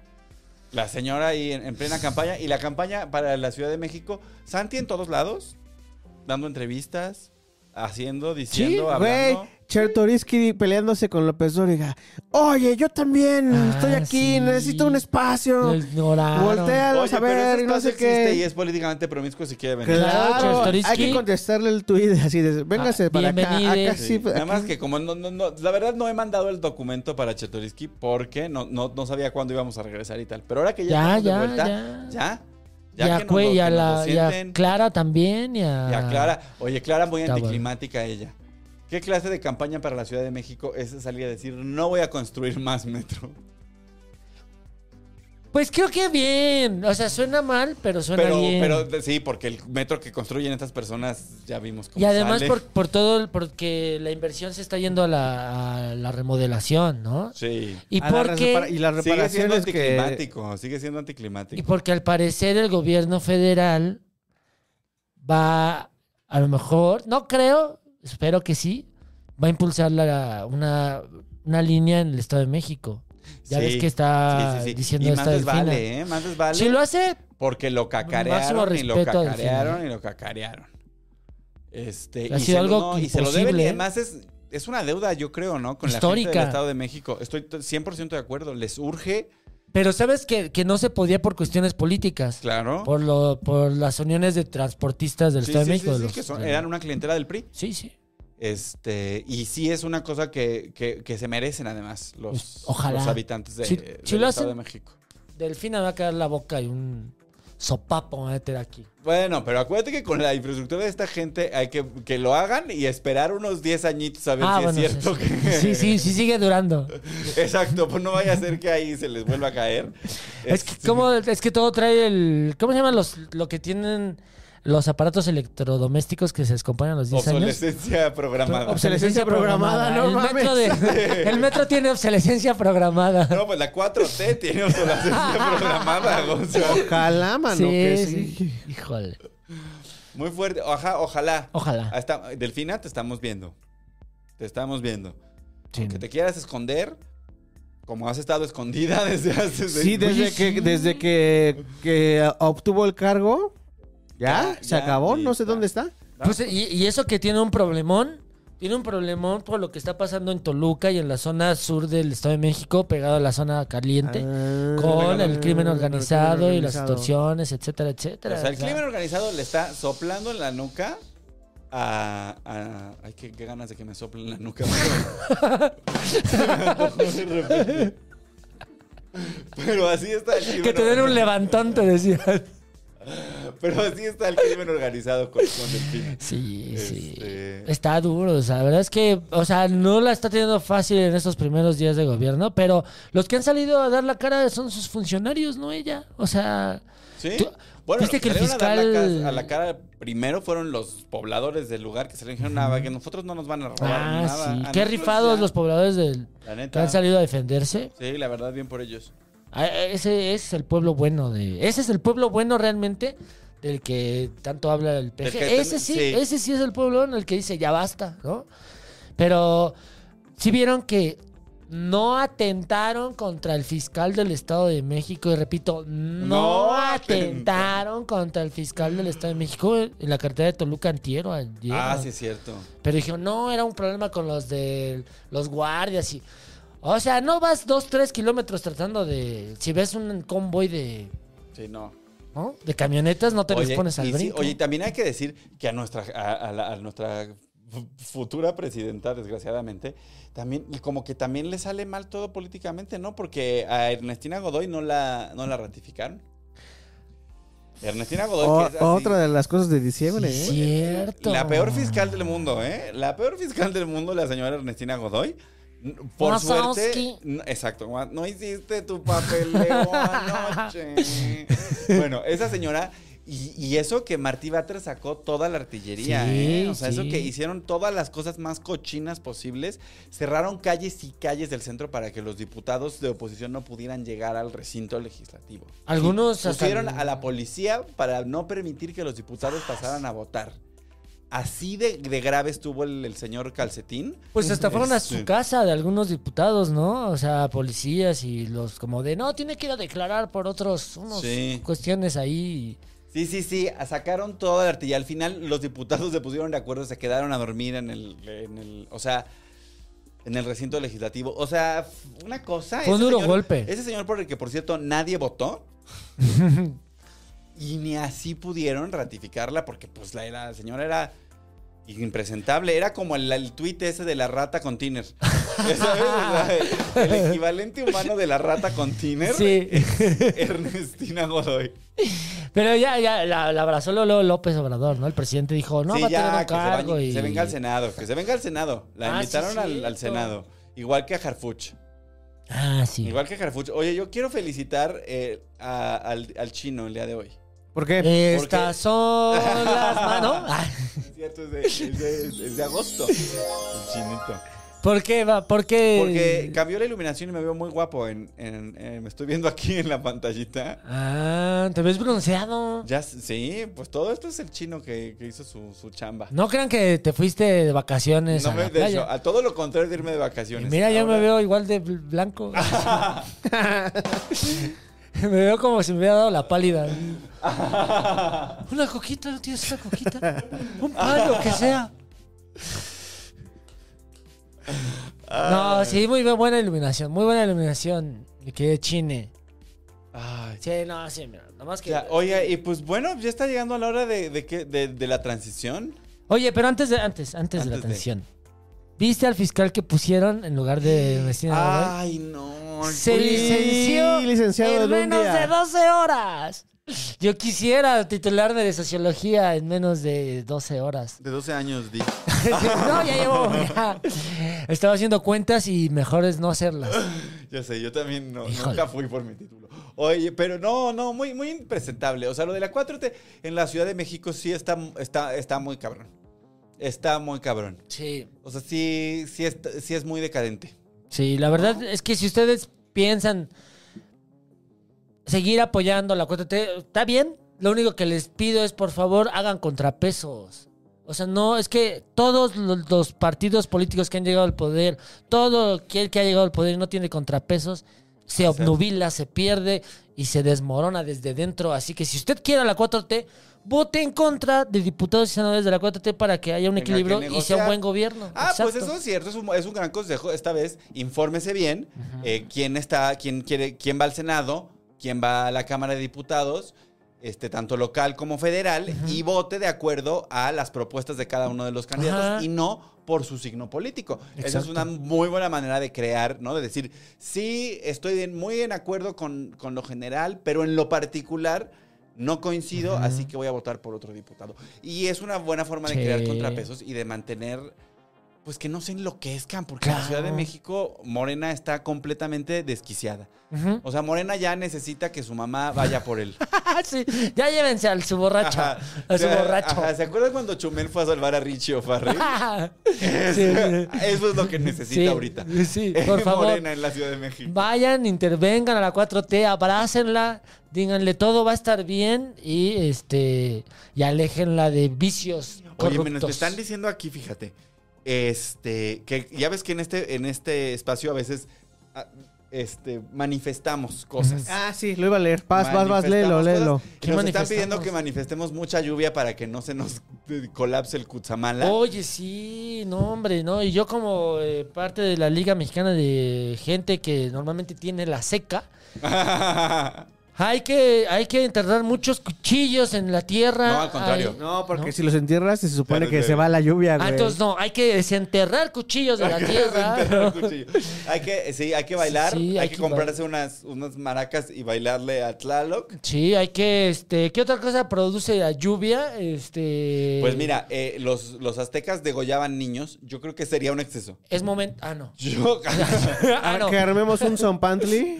Speaker 1: La señora ahí en, en plena campaña. Y la campaña para la Ciudad de México. Santi en todos lados. Dando entrevistas. Haciendo, diciendo,
Speaker 3: Güey,
Speaker 1: hablando.
Speaker 3: Chertoriski peleándose con López Dóriga. Oye, yo también
Speaker 2: Ah,
Speaker 3: estoy aquí,
Speaker 2: sí.
Speaker 3: necesito un espacio.
Speaker 2: Lo ignoraron.
Speaker 3: Voltealos
Speaker 1: Oye,
Speaker 3: a ver, y
Speaker 1: pero
Speaker 3: no
Speaker 1: ese
Speaker 3: sé
Speaker 1: espacio existe y
Speaker 3: qué.
Speaker 1: es políticamente promiscuo si quiere venir.
Speaker 3: Claro,
Speaker 2: Claro,
Speaker 3: hay que
Speaker 2: Chertoriski.
Speaker 3: contestarle el tuit así de, véngase para acá,
Speaker 2: bienvenides.
Speaker 3: acá
Speaker 1: Sí,
Speaker 3: sí, pues,
Speaker 1: Nada
Speaker 3: acá
Speaker 1: más que como no, no, no, la verdad no he mandado el documento para Chetoriski porque no, no, no sabía cuándo íbamos a regresar y tal. Pero ahora que ya,
Speaker 2: Ya,
Speaker 1: estamos
Speaker 2: ya,
Speaker 1: de vuelta,
Speaker 2: ya.
Speaker 1: ya,
Speaker 2: Ya,
Speaker 1: ya, que nos lo-
Speaker 2: y, a
Speaker 1: que nos lo
Speaker 2: la, y a
Speaker 1: sienten.
Speaker 2: Clara también. Y a,
Speaker 1: Y a Clara, oye, Clara, muy
Speaker 2: Ah, Está bueno.
Speaker 1: anticlimática ella. ¿Qué clase de campaña para la Ciudad de México es salir a decir no voy a construir más metro?
Speaker 2: Pues creo que bien. O sea, suena mal, pero suena
Speaker 1: Pero,
Speaker 2: bien.
Speaker 1: pero de- sí, porque el metro que construyen estas personas ya vimos cómo
Speaker 2: y además
Speaker 1: sale.
Speaker 2: por, por todo, el- porque la inversión se está yendo a la, a la remodelación, ¿no?
Speaker 1: Sí.
Speaker 2: Y
Speaker 3: A Ah, la
Speaker 2: porque,
Speaker 3: repara- y las
Speaker 1: Sigue siendo
Speaker 3: reparaciones que
Speaker 1: anticlimático, sigue siendo anticlimático.
Speaker 2: y porque al parecer el gobierno federal va, a lo mejor, no creo, espero que sí, va a impulsar la, una, una línea en el Estado de México. Ya
Speaker 1: Sí,
Speaker 2: ves que está
Speaker 1: sí, sí, sí.
Speaker 2: diciendo
Speaker 1: y
Speaker 2: esta
Speaker 1: más les
Speaker 2: delfina.
Speaker 1: vale, ¿eh? Más les vale.
Speaker 2: Si lo hace,
Speaker 1: Porque lo
Speaker 2: Máximo
Speaker 1: cacarearon y lo
Speaker 2: respeto al
Speaker 1: cacarearon
Speaker 2: final.
Speaker 1: y lo cacarearon. Este,
Speaker 2: Ha
Speaker 1: y
Speaker 2: sido
Speaker 1: se lo-
Speaker 2: algo
Speaker 1: no, y se lo deben.
Speaker 2: imposible,
Speaker 1: Y
Speaker 2: ¿eh?
Speaker 1: además es, es una deuda, yo creo, ¿no? Con la gente
Speaker 2: Histórica.
Speaker 1: del Estado de México. Estoy t- 100% de acuerdo. Les urge,
Speaker 2: pero sabes que, que no se podía por cuestiones políticas.
Speaker 1: claro.
Speaker 2: Por, lo, por las uniones de transportistas del
Speaker 1: Sí,
Speaker 2: Estado
Speaker 1: sí,
Speaker 2: de
Speaker 1: sí,
Speaker 2: México.
Speaker 1: sí,
Speaker 2: de los-
Speaker 1: que son-
Speaker 2: de-
Speaker 1: eran una clientela del PRI.
Speaker 2: Sí, sí.
Speaker 1: Este, y sí es una cosa que, que- que se merecen además los,
Speaker 2: Pues, ojalá.
Speaker 1: los habitantes de,
Speaker 2: Si- si
Speaker 1: del
Speaker 2: lo
Speaker 1: Estado
Speaker 2: hacen-
Speaker 1: de México.
Speaker 2: Delfina me va a quedar la boca y un sopapo me va a meter aquí.
Speaker 1: Bueno, pero acuérdate que con la infraestructura de esta gente hay que que lo hagan y esperar unos 10 añitos a ver si es cierto
Speaker 2: Ah, sí,
Speaker 1: que...
Speaker 2: sí, sí, sí,
Speaker 1: [LAUGHS]
Speaker 2: sigue durando.
Speaker 1: Exacto, pues no vaya a ser que ahí se les vuelva a caer.
Speaker 2: Es que, ¿cómo, es que todo trae el... ¿Cómo se llaman los, lo que tienen los aparatos electrodomésticos que se descomponen a los 10 años.
Speaker 1: Obsolescencia programada.
Speaker 3: Obsolescencia programada, no
Speaker 2: el, metro
Speaker 1: [LAUGHS]
Speaker 2: de- el metro tiene obsolescencia programada.
Speaker 1: No, pues la 4T
Speaker 3: [LAUGHS]
Speaker 1: tiene obsolescencia programada, Gonzalo.
Speaker 3: Ojalá, mano,
Speaker 2: sí,
Speaker 3: que
Speaker 2: sí.
Speaker 3: sí.
Speaker 2: Híjole.
Speaker 1: Muy fuerte. Ajá, ojalá.
Speaker 2: Ojalá.
Speaker 1: Ah, está- Delfina, te estamos viendo. Te estamos viendo.
Speaker 3: Sí.
Speaker 1: Que te quieras esconder, como has estado escondida [LAUGHS] desde hace...
Speaker 3: Sí, desde
Speaker 2: Oye,
Speaker 3: que
Speaker 2: sí.
Speaker 3: desde que, que obtuvo el cargo, ya,
Speaker 1: Ya,
Speaker 3: se
Speaker 1: ya,
Speaker 3: acabó,
Speaker 1: sí,
Speaker 3: no sé
Speaker 1: ya.
Speaker 3: dónde está.
Speaker 2: Pues, y, y eso que tiene un problemón. Tiene un problemón por lo que está pasando en Toluca y en la zona sur del Estado de México, pegado a la zona caliente,
Speaker 3: Ah,
Speaker 2: con
Speaker 3: con
Speaker 2: el crimen organizado y las
Speaker 3: organizado.
Speaker 2: extorsiones, etcétera, etcétera.
Speaker 1: O sea, el
Speaker 2: O sea,
Speaker 1: crimen organizado le está soplando en la nuca a... a- ay, qué, qué ganas de que me soplen la nuca. [LAUGHS] Se me antojó de repente. Pero así está el crimen
Speaker 2: Que te den un
Speaker 1: organizado.
Speaker 2: levantón, te decía.
Speaker 1: Pero así está el crimen organizado con, con Delfina.
Speaker 2: Sí, sí.
Speaker 1: Este-
Speaker 2: Está duro, o sea, la verdad es que, o sea, no la está teniendo fácil en estos primeros días de gobierno, pero los que han salido a dar la cara son sus funcionarios, no ella. O sea,
Speaker 1: ¿Sí?
Speaker 2: Tú-
Speaker 1: Bueno,
Speaker 2: viste
Speaker 1: los
Speaker 2: que el
Speaker 1: salieron a, dar la
Speaker 2: fiscal-
Speaker 1: ca- a la cara primero fueron los pobladores del lugar que se le dijeron nada, que nosotros no nos van a robar
Speaker 2: ah,
Speaker 1: nada. A
Speaker 2: sí.
Speaker 1: nosotros
Speaker 2: Qué rifados
Speaker 1: ya,
Speaker 2: los pobladores del,
Speaker 1: La
Speaker 2: que
Speaker 1: neta.
Speaker 2: han salido a defenderse.
Speaker 1: Sí, la verdad, bien por ellos.
Speaker 2: Ah, Ese, ese es el pueblo bueno de, ese es el pueblo bueno realmente del que tanto habla el
Speaker 1: Del
Speaker 2: PG.
Speaker 1: que
Speaker 2: Ese
Speaker 1: ten-
Speaker 2: sí,
Speaker 1: sí.
Speaker 2: ese sí es el pueblo en el que dice ya basta, ¿no? Pero sí vieron que no atentaron contra el fiscal del Estado de México y repito, no,
Speaker 1: No
Speaker 2: atentaron contra el fiscal del Estado de México en la carretera de Toluca antier o ayer.
Speaker 1: Ah,
Speaker 2: ¿no?
Speaker 1: sí, es cierto.
Speaker 2: Pero dijeron, no, era un problema con los de los guardias y. O sea, no vas dos, tres kilómetros tratando de. Si ves un convoy de.
Speaker 1: Sí, no.
Speaker 2: ¿no? De camionetas, no te les pones al
Speaker 1: y sí,
Speaker 2: brinco.
Speaker 1: oye, también hay que decir que a nuestra, a, a la- a nuestra f- futura presidenta, desgraciadamente, también, y como que también le sale mal todo políticamente, ¿no? Porque a Ernestina Godoy no la, no la ratificaron. Ernestina Godoy,
Speaker 3: O-
Speaker 1: que es así,
Speaker 3: otra de las cosas de diciembre,
Speaker 2: Sí,
Speaker 3: ¿eh?
Speaker 2: cierto.
Speaker 1: la peor fiscal del mundo, ¿eh? La peor fiscal del mundo, la señora Ernestina Godoy. N- Por
Speaker 2: Wazowski.
Speaker 1: suerte, n- exacto, wa- no hiciste tu
Speaker 2: [LAUGHS]
Speaker 1: papeleo anoche. Bueno, esa señora y, y eso que Martí Batres sacó toda la artillería,
Speaker 2: Sí,
Speaker 1: ¿eh? o sea, eso
Speaker 2: sí.
Speaker 1: que hicieron todas las cosas más cochinas posibles, cerraron calles y calles del centro para que los diputados de oposición no pudieran llegar al recinto legislativo.
Speaker 2: Algunos
Speaker 1: Sí,
Speaker 2: hasta-
Speaker 1: pusieron a la policía para no permitir que los diputados pasaran a votar. Así de, de grave estuvo el, el señor Calcetín.
Speaker 2: Pues hasta fueron a
Speaker 1: Este.
Speaker 2: su casa de algunos diputados, ¿no? O sea, policías y los como de, no, tiene que ir a declarar por otros, unos
Speaker 1: Sí.
Speaker 2: cuestiones ahí.
Speaker 1: Sí, sí, sí, sacaron toda la artillería. Al final los diputados se pusieron de acuerdo, se quedaron a dormir en el, en el o sea, en el recinto legislativo. O sea, f- una cosa...
Speaker 2: Fue un
Speaker 1: ese
Speaker 2: duro
Speaker 1: señor-
Speaker 2: golpe.
Speaker 1: Ese señor por el que, por cierto, nadie
Speaker 2: [LAUGHS]
Speaker 1: votó. y ni así pudieron ratificarla porque, pues, la, la señora era impresentable. Era como el, el tuit ese de la rata con Tiner. [LAUGHS] ¿Sabes? O sea, el equivalente humano de la rata con Tiner.
Speaker 2: Sí.
Speaker 1: Ernestina Godoy.
Speaker 2: [LAUGHS] Pero ya, ya, la, la abrazó Lolo López Obrador, ¿no? El presidente dijo, no,
Speaker 1: Sí,
Speaker 2: va a
Speaker 1: ya,
Speaker 2: tener un
Speaker 1: que se bañe-
Speaker 2: cargo
Speaker 1: que se,
Speaker 2: y...
Speaker 1: venga al Senado, que se venga al Senado. La
Speaker 2: Ah, sí,
Speaker 1: invitaron al,
Speaker 2: cierto.
Speaker 1: al Senado. Igual que a Harfuch.
Speaker 2: Ah, sí.
Speaker 1: Igual que a Harfuch. Oye, yo quiero felicitar eh, a- al, al chino el día de
Speaker 2: [LAUGHS]
Speaker 1: hoy.
Speaker 3: ¿Por qué?
Speaker 2: Estas son las manos. Ah,
Speaker 1: Es cierto, es de, es de- es de agosto. El chinito.
Speaker 2: ¿Por qué? va? ¿Por qué? Eh.
Speaker 1: Porque cambió la iluminación y me veo muy guapo. En, en- en- me estoy viendo aquí en la pantallita.
Speaker 2: Ah, te ves bronceado.
Speaker 1: Ya, s- sí, pues todo esto es el chino que, que hizo su, su chamba.
Speaker 2: No crean que te fuiste de vacaciones
Speaker 1: No
Speaker 2: a
Speaker 1: me-
Speaker 2: la
Speaker 1: de hecho,
Speaker 2: playa.
Speaker 1: a todo lo contrario de irme de
Speaker 2: Y
Speaker 1: vacaciones.
Speaker 2: mira, yo me
Speaker 1: Ahora-
Speaker 2: veo igual de bl- blanco. [LAUGHS] me veo como si me hubiera dado
Speaker 1: [LAUGHS]
Speaker 2: la pálida. una coquita, ¿no tienes una coquita? Un palo, que sea. No, sí, muy bu- buena iluminación, muy buena iluminación. Me quedé chine.
Speaker 1: Ay,
Speaker 2: Sí, no, sí, mira, nomás que...
Speaker 1: Ya, oye, y pues bueno, ya está llegando la hora de, de, que- de- de la transición.
Speaker 2: Oye, pero antes de, antes, antes, de la
Speaker 1: Antes de-
Speaker 2: atención. ¿Viste al fiscal que pusieron en
Speaker 1: [GASPS]
Speaker 2: lugar de Ernestina Godoy?
Speaker 1: Ay, no.
Speaker 2: Se
Speaker 3: Sí,
Speaker 2: licenció
Speaker 3: licenciado de
Speaker 2: en
Speaker 3: un
Speaker 2: menos
Speaker 3: día.
Speaker 2: de 12 horas. Yo quisiera titularme de sociología en menos de 12 horas.
Speaker 1: De 12 años, di.
Speaker 2: [LAUGHS]
Speaker 1: [LAUGHS]
Speaker 2: no, ya llevo. ya. Estaba haciendo cuentas y mejor es no hacerlas.
Speaker 1: Ya sé, yo también no-
Speaker 2: Híjole.
Speaker 1: nunca fui por mi título. Oye, pero no, no, muy, muy impresentable. O sea, lo de la 4T en la Ciudad de México sí está, está, está muy cabrón. Está muy cabrón.
Speaker 2: Sí.
Speaker 1: O sea, sí, sí, está- sí es muy decadente.
Speaker 2: Sí, la verdad es que si ustedes piensan seguir apoyando la 4T, está bien. Lo único que les pido es, por favor, hagan contrapesos. O sea, no, es que todos lo- los, partidos políticos que han llegado al poder, todo aquel que ha llegado al poder y no tiene contrapesos, se obnubila, se pierde y se desmorona desde dentro. Así que si usted quiere a la 4T, vote en contra de diputados y senadores de la 4T para que haya un
Speaker 1: Tenga que
Speaker 2: equilibrio y sea un
Speaker 1: negociar.
Speaker 2: buen gobierno.
Speaker 1: Ah, pues
Speaker 2: Exacto.
Speaker 1: eso es cierto, es un, es un gran consejo. Esta vez, infórmese bien eh, quién está, quién quiere, quién va al Senado, quién va a la Cámara de Diputados, este, tanto local como federal, y vote de acuerdo a las propuestas de cada uno de los candidatos
Speaker 2: Ajá.
Speaker 1: y no por su signo político. Esa es
Speaker 2: Exacto.
Speaker 1: una muy buena manera de crear, ¿no? De decir, sí, estoy en- muy en acuerdo con, con lo general, pero en lo particular no coincido, así que voy a votar por otro diputado. Y es una buena forma de crear
Speaker 2: Sí.
Speaker 1: contrapesos y de mantener pues que no se enloquezcan, porque en la
Speaker 2: Claro.
Speaker 1: Ciudad de México, Morena está completamente desquiciada.
Speaker 2: Ujú.
Speaker 1: O sea, Morena ya necesita que su mamá vaya por
Speaker 2: [LAUGHS]
Speaker 1: él.
Speaker 2: Ah, sí. Ya llévense al su borracho.
Speaker 1: Ajá.
Speaker 2: A su
Speaker 1: O sea,
Speaker 2: borracho.
Speaker 1: ajá, ¿Se acuerdan cuando Chumel fue a salvar a Richie O'Farrell?
Speaker 2: [LAUGHS]
Speaker 1: Eso es lo que necesita
Speaker 2: Sí,
Speaker 1: ahorita. [LAUGHS]
Speaker 2: sí, por favor.
Speaker 1: Morena en la Ciudad de México.
Speaker 2: Vayan, intervengan a la 4T, abrácenla, díganle todo va a estar bien y este y aléjenla de vicios
Speaker 1: Oye,
Speaker 2: corruptos.
Speaker 1: me nos están diciendo aquí, fíjate. Este, que ya ves que en este, en este espacio a veces ah, este, manifestamos cosas.
Speaker 3: Ah, sí, lo iba a leer. Paz, vas, vas, léelo,
Speaker 1: Manifestamos
Speaker 3: léelo.
Speaker 1: cosas.
Speaker 2: ¿Qué
Speaker 1: Nos están
Speaker 2: manifestamos?
Speaker 1: pidiendo que manifestemos mucha lluvia para que no se nos eh, colapse el Kutsamala. [LAUGHS]
Speaker 2: Oye, sí, no, hombre, no. Y yo, como eh, parte de la Liga Mexicana de gente que normalmente tiene la seca, hay que, hay que enterrar muchos cuchillos en la tierra.
Speaker 1: No, al contrario.
Speaker 2: Hay-
Speaker 3: No, porque
Speaker 2: ¿No?
Speaker 3: si los entierras, se supone
Speaker 1: Claro,
Speaker 3: que
Speaker 1: sí.
Speaker 3: se va la lluvia,
Speaker 2: Ah,
Speaker 3: güey.
Speaker 2: entonces no, hay que desenterrar cuchillos de la tierra.
Speaker 1: [LAUGHS] Enterrar el cuchillo. hay que, sí, hay que bailar,
Speaker 2: Sí, sí,
Speaker 1: hay,
Speaker 2: hay
Speaker 1: que,
Speaker 2: que
Speaker 1: comprarse unas, unas maracas y bailarle a Tlaloc.
Speaker 2: Sí, hay que, este, ¿qué otra cosa produce la lluvia? Este.
Speaker 1: Pues mira, eh, los, los aztecas degollaban niños, yo creo que sería un exceso. [LAUGHS]
Speaker 2: Es momento. Ah, no.
Speaker 1: Yo
Speaker 2: ah, no.
Speaker 3: Que armemos un
Speaker 2: [LAUGHS]
Speaker 3: zompantli.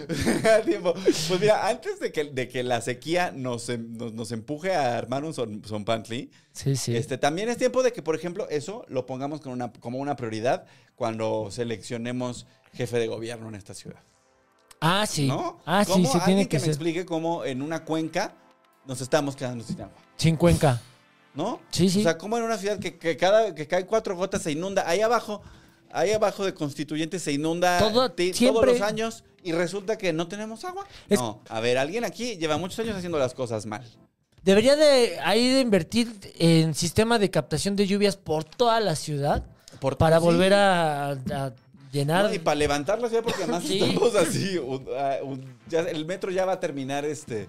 Speaker 1: [LAUGHS] tiempo. Pues mira, antes de que, de que la sequía nos, em- nos, nos empuje a armar un son, sonpantli,
Speaker 2: Sí, sí.
Speaker 1: Este, también es tiempo de que, por ejemplo, eso lo pongamos con una, como una prioridad cuando seleccionemos jefe de gobierno en esta ciudad.
Speaker 2: Ah, sí.
Speaker 1: ¿No?
Speaker 2: Ah, sí,
Speaker 1: ¿Cómo?
Speaker 2: sí, tiene
Speaker 1: Alguien
Speaker 2: que
Speaker 1: que me
Speaker 2: ser.
Speaker 1: explique cómo en una cuenca nos estamos quedando sin agua.
Speaker 2: Sin cuenca.
Speaker 1: ¿No?
Speaker 2: Sí, sí.
Speaker 1: O sea, cómo en una ciudad que, que cada que cae cuatro gotas se inunda. Ahí abajo, ahí abajo de Constituyente se inunda
Speaker 2: Todo-
Speaker 1: ti- todos
Speaker 2: siempre.
Speaker 1: los años y resulta que no tenemos agua.
Speaker 2: Es-
Speaker 1: No, a ver, alguien aquí lleva muchos años haciendo las cosas mal.
Speaker 2: Debería de ahí de invertir en sistema de captación de lluvias por toda la ciudad
Speaker 1: Por-
Speaker 2: para
Speaker 1: sí.
Speaker 2: volver a, a llenar.
Speaker 1: No, y para levantar la ciudad, porque además
Speaker 2: Sí.
Speaker 1: estamos así. un- ah, un- ya- el metro ya va a terminar este.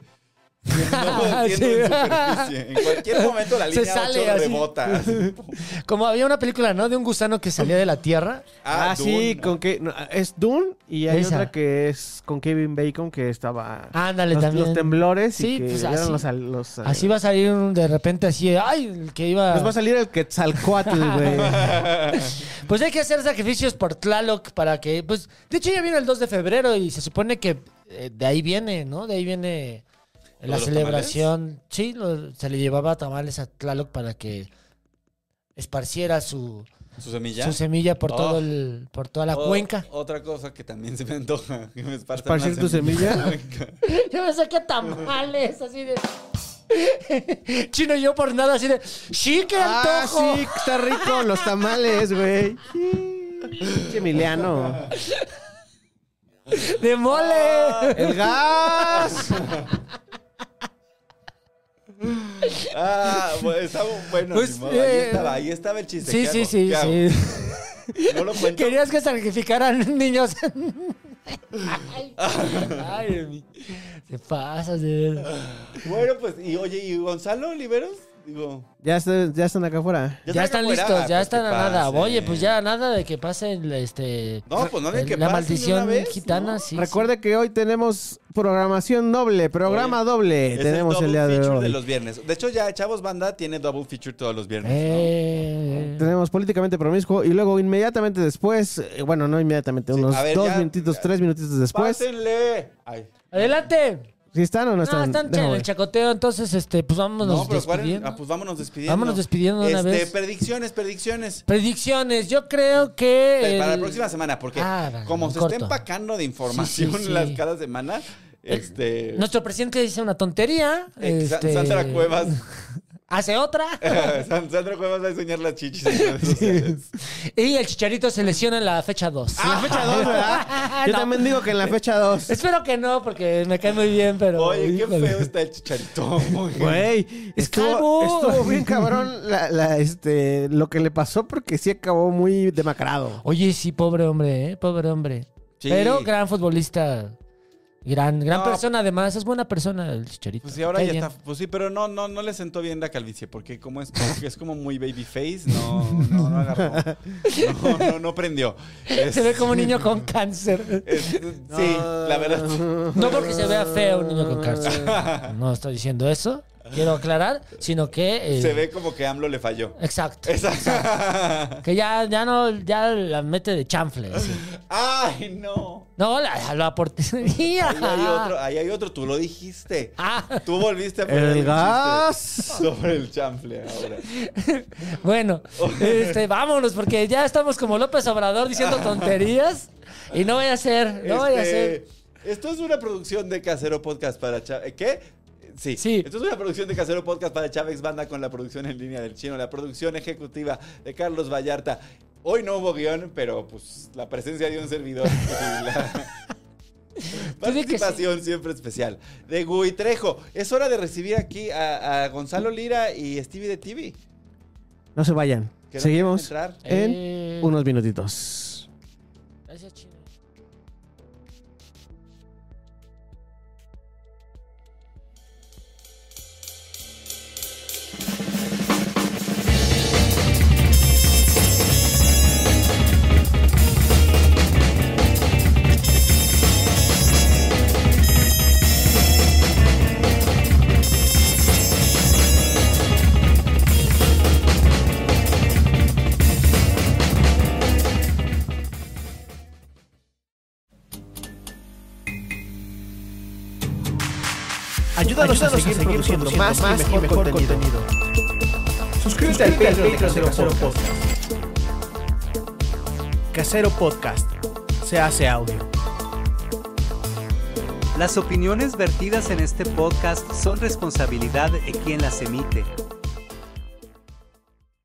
Speaker 2: [LAUGHS]
Speaker 1: No,
Speaker 2: Ah, Sí.
Speaker 1: en superficie. En cualquier momento la
Speaker 2: Se
Speaker 1: línea
Speaker 2: sale
Speaker 1: 8
Speaker 2: así. [LAUGHS]
Speaker 1: rebota.
Speaker 2: Como había una película, ¿no? De un gusano que salía de la tierra.
Speaker 3: Ah, sí,
Speaker 1: Dune.
Speaker 3: con que no, es Dune y hay
Speaker 2: Esa.
Speaker 3: otra que es con Kevin Bacon que estaba
Speaker 2: Ándale,
Speaker 3: los,
Speaker 2: también.
Speaker 3: los temblores
Speaker 2: Sí,
Speaker 3: y que
Speaker 2: pues,
Speaker 3: eran
Speaker 2: así.
Speaker 3: los, al- los, eh,
Speaker 2: Así va a salir un- de repente así, ay, el que iba.
Speaker 1: Pues
Speaker 3: nos va a salir el
Speaker 2: [LAUGHS]
Speaker 3: Quetzalcoatl, güey.
Speaker 2: Pues hay que hacer sacrificios por Tlaloc para que, pues, de hecho ya viene el 2 de febrero y se supone que eh, de ahí viene, ¿no? De ahí viene
Speaker 1: ¿Lo
Speaker 2: la
Speaker 1: de los
Speaker 2: celebración. Sí, lo- se le llevaba tamales a Tlaloc para que esparciera su,
Speaker 1: Su semilla.
Speaker 2: su semilla por
Speaker 1: Oh.
Speaker 2: todo el, por toda la
Speaker 1: O- [LAUGHS]
Speaker 2: cuenca.
Speaker 1: Otra cosa que también se me antoja. Que me esparza
Speaker 3: ¿Esparcir
Speaker 1: una
Speaker 3: tu semilla?
Speaker 1: en la cuenca.
Speaker 2: Yo me saqué [LAUGHS] tamales, así de. Chino y yo por nada, así de. ¡Sí, qué
Speaker 3: ah,
Speaker 2: antojo!
Speaker 3: sí, está rico los tamales, güey. Sí, Emiliano.
Speaker 2: ¡De mole!
Speaker 3: El gas.
Speaker 1: Ah, bueno, estaba bueno. ni
Speaker 2: Pues,
Speaker 1: modo, ahí
Speaker 2: eh,
Speaker 1: estaba, ahí estaba el chiste.
Speaker 2: Sí,
Speaker 1: ¿qué
Speaker 2: sí,
Speaker 1: hago?
Speaker 2: sí,
Speaker 1: ¿Qué hago?
Speaker 2: sí.
Speaker 1: No lo cuento.
Speaker 2: Querías que sacrificaran [LAUGHS] niños. Ay, ay, de mí. Te pasas de ver.
Speaker 1: Bueno, pues, y oye, ¿y Gonzalo Oliveros? Digo.
Speaker 3: Ya, está- ya están acá afuera.
Speaker 2: Ya,
Speaker 1: está
Speaker 2: están
Speaker 1: afuera,
Speaker 2: listos, ya
Speaker 1: pues,
Speaker 2: están
Speaker 1: que
Speaker 2: a nada.
Speaker 1: pase.
Speaker 2: Oye, pues ya nada de que pase el, este.
Speaker 1: No, pues no de que pase
Speaker 2: la
Speaker 1: de
Speaker 2: maldición
Speaker 1: una vez,
Speaker 2: gitana,
Speaker 1: ¿no?
Speaker 2: sí.
Speaker 3: Recuerde que hoy tenemos programación doble, programa
Speaker 1: Oye,
Speaker 3: doble.
Speaker 1: Es
Speaker 3: Eh, Tenemos el,
Speaker 1: double
Speaker 3: día de
Speaker 1: feature
Speaker 3: hoy.
Speaker 1: de los viernes. De hecho, ya Chavos Banda tiene double feature todos los
Speaker 2: sí.
Speaker 1: viernes. ¿no?
Speaker 2: Eh,
Speaker 3: Tenemos políticamente promiscuo y luego inmediatamente después, eh, bueno, no inmediatamente,
Speaker 1: Sí,
Speaker 3: unos
Speaker 1: a ver,
Speaker 3: dos
Speaker 1: ya-
Speaker 3: minutitos,
Speaker 1: ya.
Speaker 3: tres minutitos después,
Speaker 1: ¡Pásenle! Ay.
Speaker 2: Adelante.
Speaker 3: ¿Sí están o no están?
Speaker 2: No, están
Speaker 3: Déjame
Speaker 2: en
Speaker 3: ver.
Speaker 2: el chacoteo, entonces, este, pues vámonos
Speaker 1: No, pero ¿cuál-
Speaker 2: despidiendo.
Speaker 1: ah, pues vámonos despidiendo.
Speaker 2: Vámonos despidiendo de una
Speaker 1: Este,
Speaker 2: vez.
Speaker 1: Predicciones, predicciones.
Speaker 2: Predicciones, yo creo que.
Speaker 1: Pe- Para
Speaker 2: Eh, el-
Speaker 1: la próxima semana, porque
Speaker 2: Ah, vale,
Speaker 1: como
Speaker 2: en
Speaker 1: se
Speaker 2: corto.
Speaker 1: está empacando de información
Speaker 2: Sí, Eh, sí, sí.
Speaker 1: las cada semana, este.
Speaker 2: Nuestro presidente dice una tontería.
Speaker 1: eh, Sa-
Speaker 2: este,
Speaker 1: Sandra Cuevas.
Speaker 2: Hace otra.
Speaker 1: [LAUGHS] San- Sandra Cuevas va a enseñar las chichis. en redes sociales.
Speaker 2: y el chicharito se lesiona en la fecha 2.
Speaker 1: Ah,
Speaker 3: En la fecha 2,
Speaker 2: [LAUGHS]
Speaker 3: ¿verdad? Yo
Speaker 2: No.
Speaker 3: también digo que en la fecha
Speaker 1: [LAUGHS]
Speaker 3: 2.
Speaker 2: Espero que no, porque me cae muy bien, [LAUGHS] pero.
Speaker 1: Oye, qué
Speaker 2: híjole.
Speaker 1: feo está el chicharito. [LAUGHS] Pues
Speaker 3: Güey,
Speaker 2: Es
Speaker 3: estuvo,
Speaker 2: calvo.
Speaker 3: estuvo bien cabrón la, la, este, lo que le pasó porque sí acabó muy demacrado.
Speaker 2: Oye, sí, pobre hombre, ¿eh? Pobre hombre.
Speaker 1: Sí.
Speaker 2: Pero gran futbolista. Gran, gran
Speaker 1: No.
Speaker 2: persona, además. Es buena persona el chicharito.
Speaker 1: Pues sí, ahora
Speaker 2: Cae
Speaker 1: ya
Speaker 2: bien.
Speaker 1: está. Pues sí, pero no, no, no le sentó bien la calvicie, porque como es, como que es como muy babyface, no, no, no agarró. No, no, no prendió. Es-
Speaker 2: Se ve como
Speaker 1: [LAUGHS]
Speaker 2: un niño con cáncer.
Speaker 1: es- sí, la verdad.
Speaker 2: No porque se vea feo un niño con cáncer. No estoy diciendo eso. Quiero aclarar, sino que. eh,
Speaker 1: Se ve como que AMLO le falló.
Speaker 2: Exacto.
Speaker 1: Esa-
Speaker 2: Que ya, ya no, ya la mete de chanfle. así.
Speaker 1: [LAUGHS] Ay, no.
Speaker 2: No, la, la portería.
Speaker 1: Ahí hay otro, ahí hay otro, tú lo dijiste.
Speaker 2: [LAUGHS] Ah,
Speaker 1: Tú volviste a poner
Speaker 3: El
Speaker 1: chiste
Speaker 3: gas.
Speaker 1: sobre el chanfle ahora.
Speaker 2: bueno, este, vámonos, porque ya estamos como López
Speaker 1: [LAUGHS]
Speaker 2: Obrador diciendo tonterías. Y no voy a hacer, no voy a hacer.
Speaker 1: Este, Esto es una producción de Casero Podcast para Chávez. ¿Qué? Sí.
Speaker 2: Sí.
Speaker 1: Esto es una producción de Casero Podcast para Chávez Banda con la producción en línea del chino, la producción ejecutiva de Carlos Vallarta. Hoy no hubo guión, pero pues la presencia de un servidor. y la
Speaker 2: [LAUGHS]
Speaker 1: [LAUGHS]
Speaker 2: Tú di que sí.
Speaker 1: Participación siempre especial de Gui Trejo. Es hora de recibir aquí a, a Gonzalo Lira y Stevie de TV.
Speaker 3: No se vayan.
Speaker 1: Que no
Speaker 3: Seguimos
Speaker 1: quieren entrar.
Speaker 3: en
Speaker 2: Eh.
Speaker 3: unos minutitos.
Speaker 2: Gracias, Chino.
Speaker 5: Ayúdanos, a seguir, produciendo, más, más y mejor, contenido. Suscríbete, al Patreon de Casero, Podcast. Casero Podcast. Se hace audio.
Speaker 6: Las opiniones vertidas en este podcast son responsabilidad de quien las emite.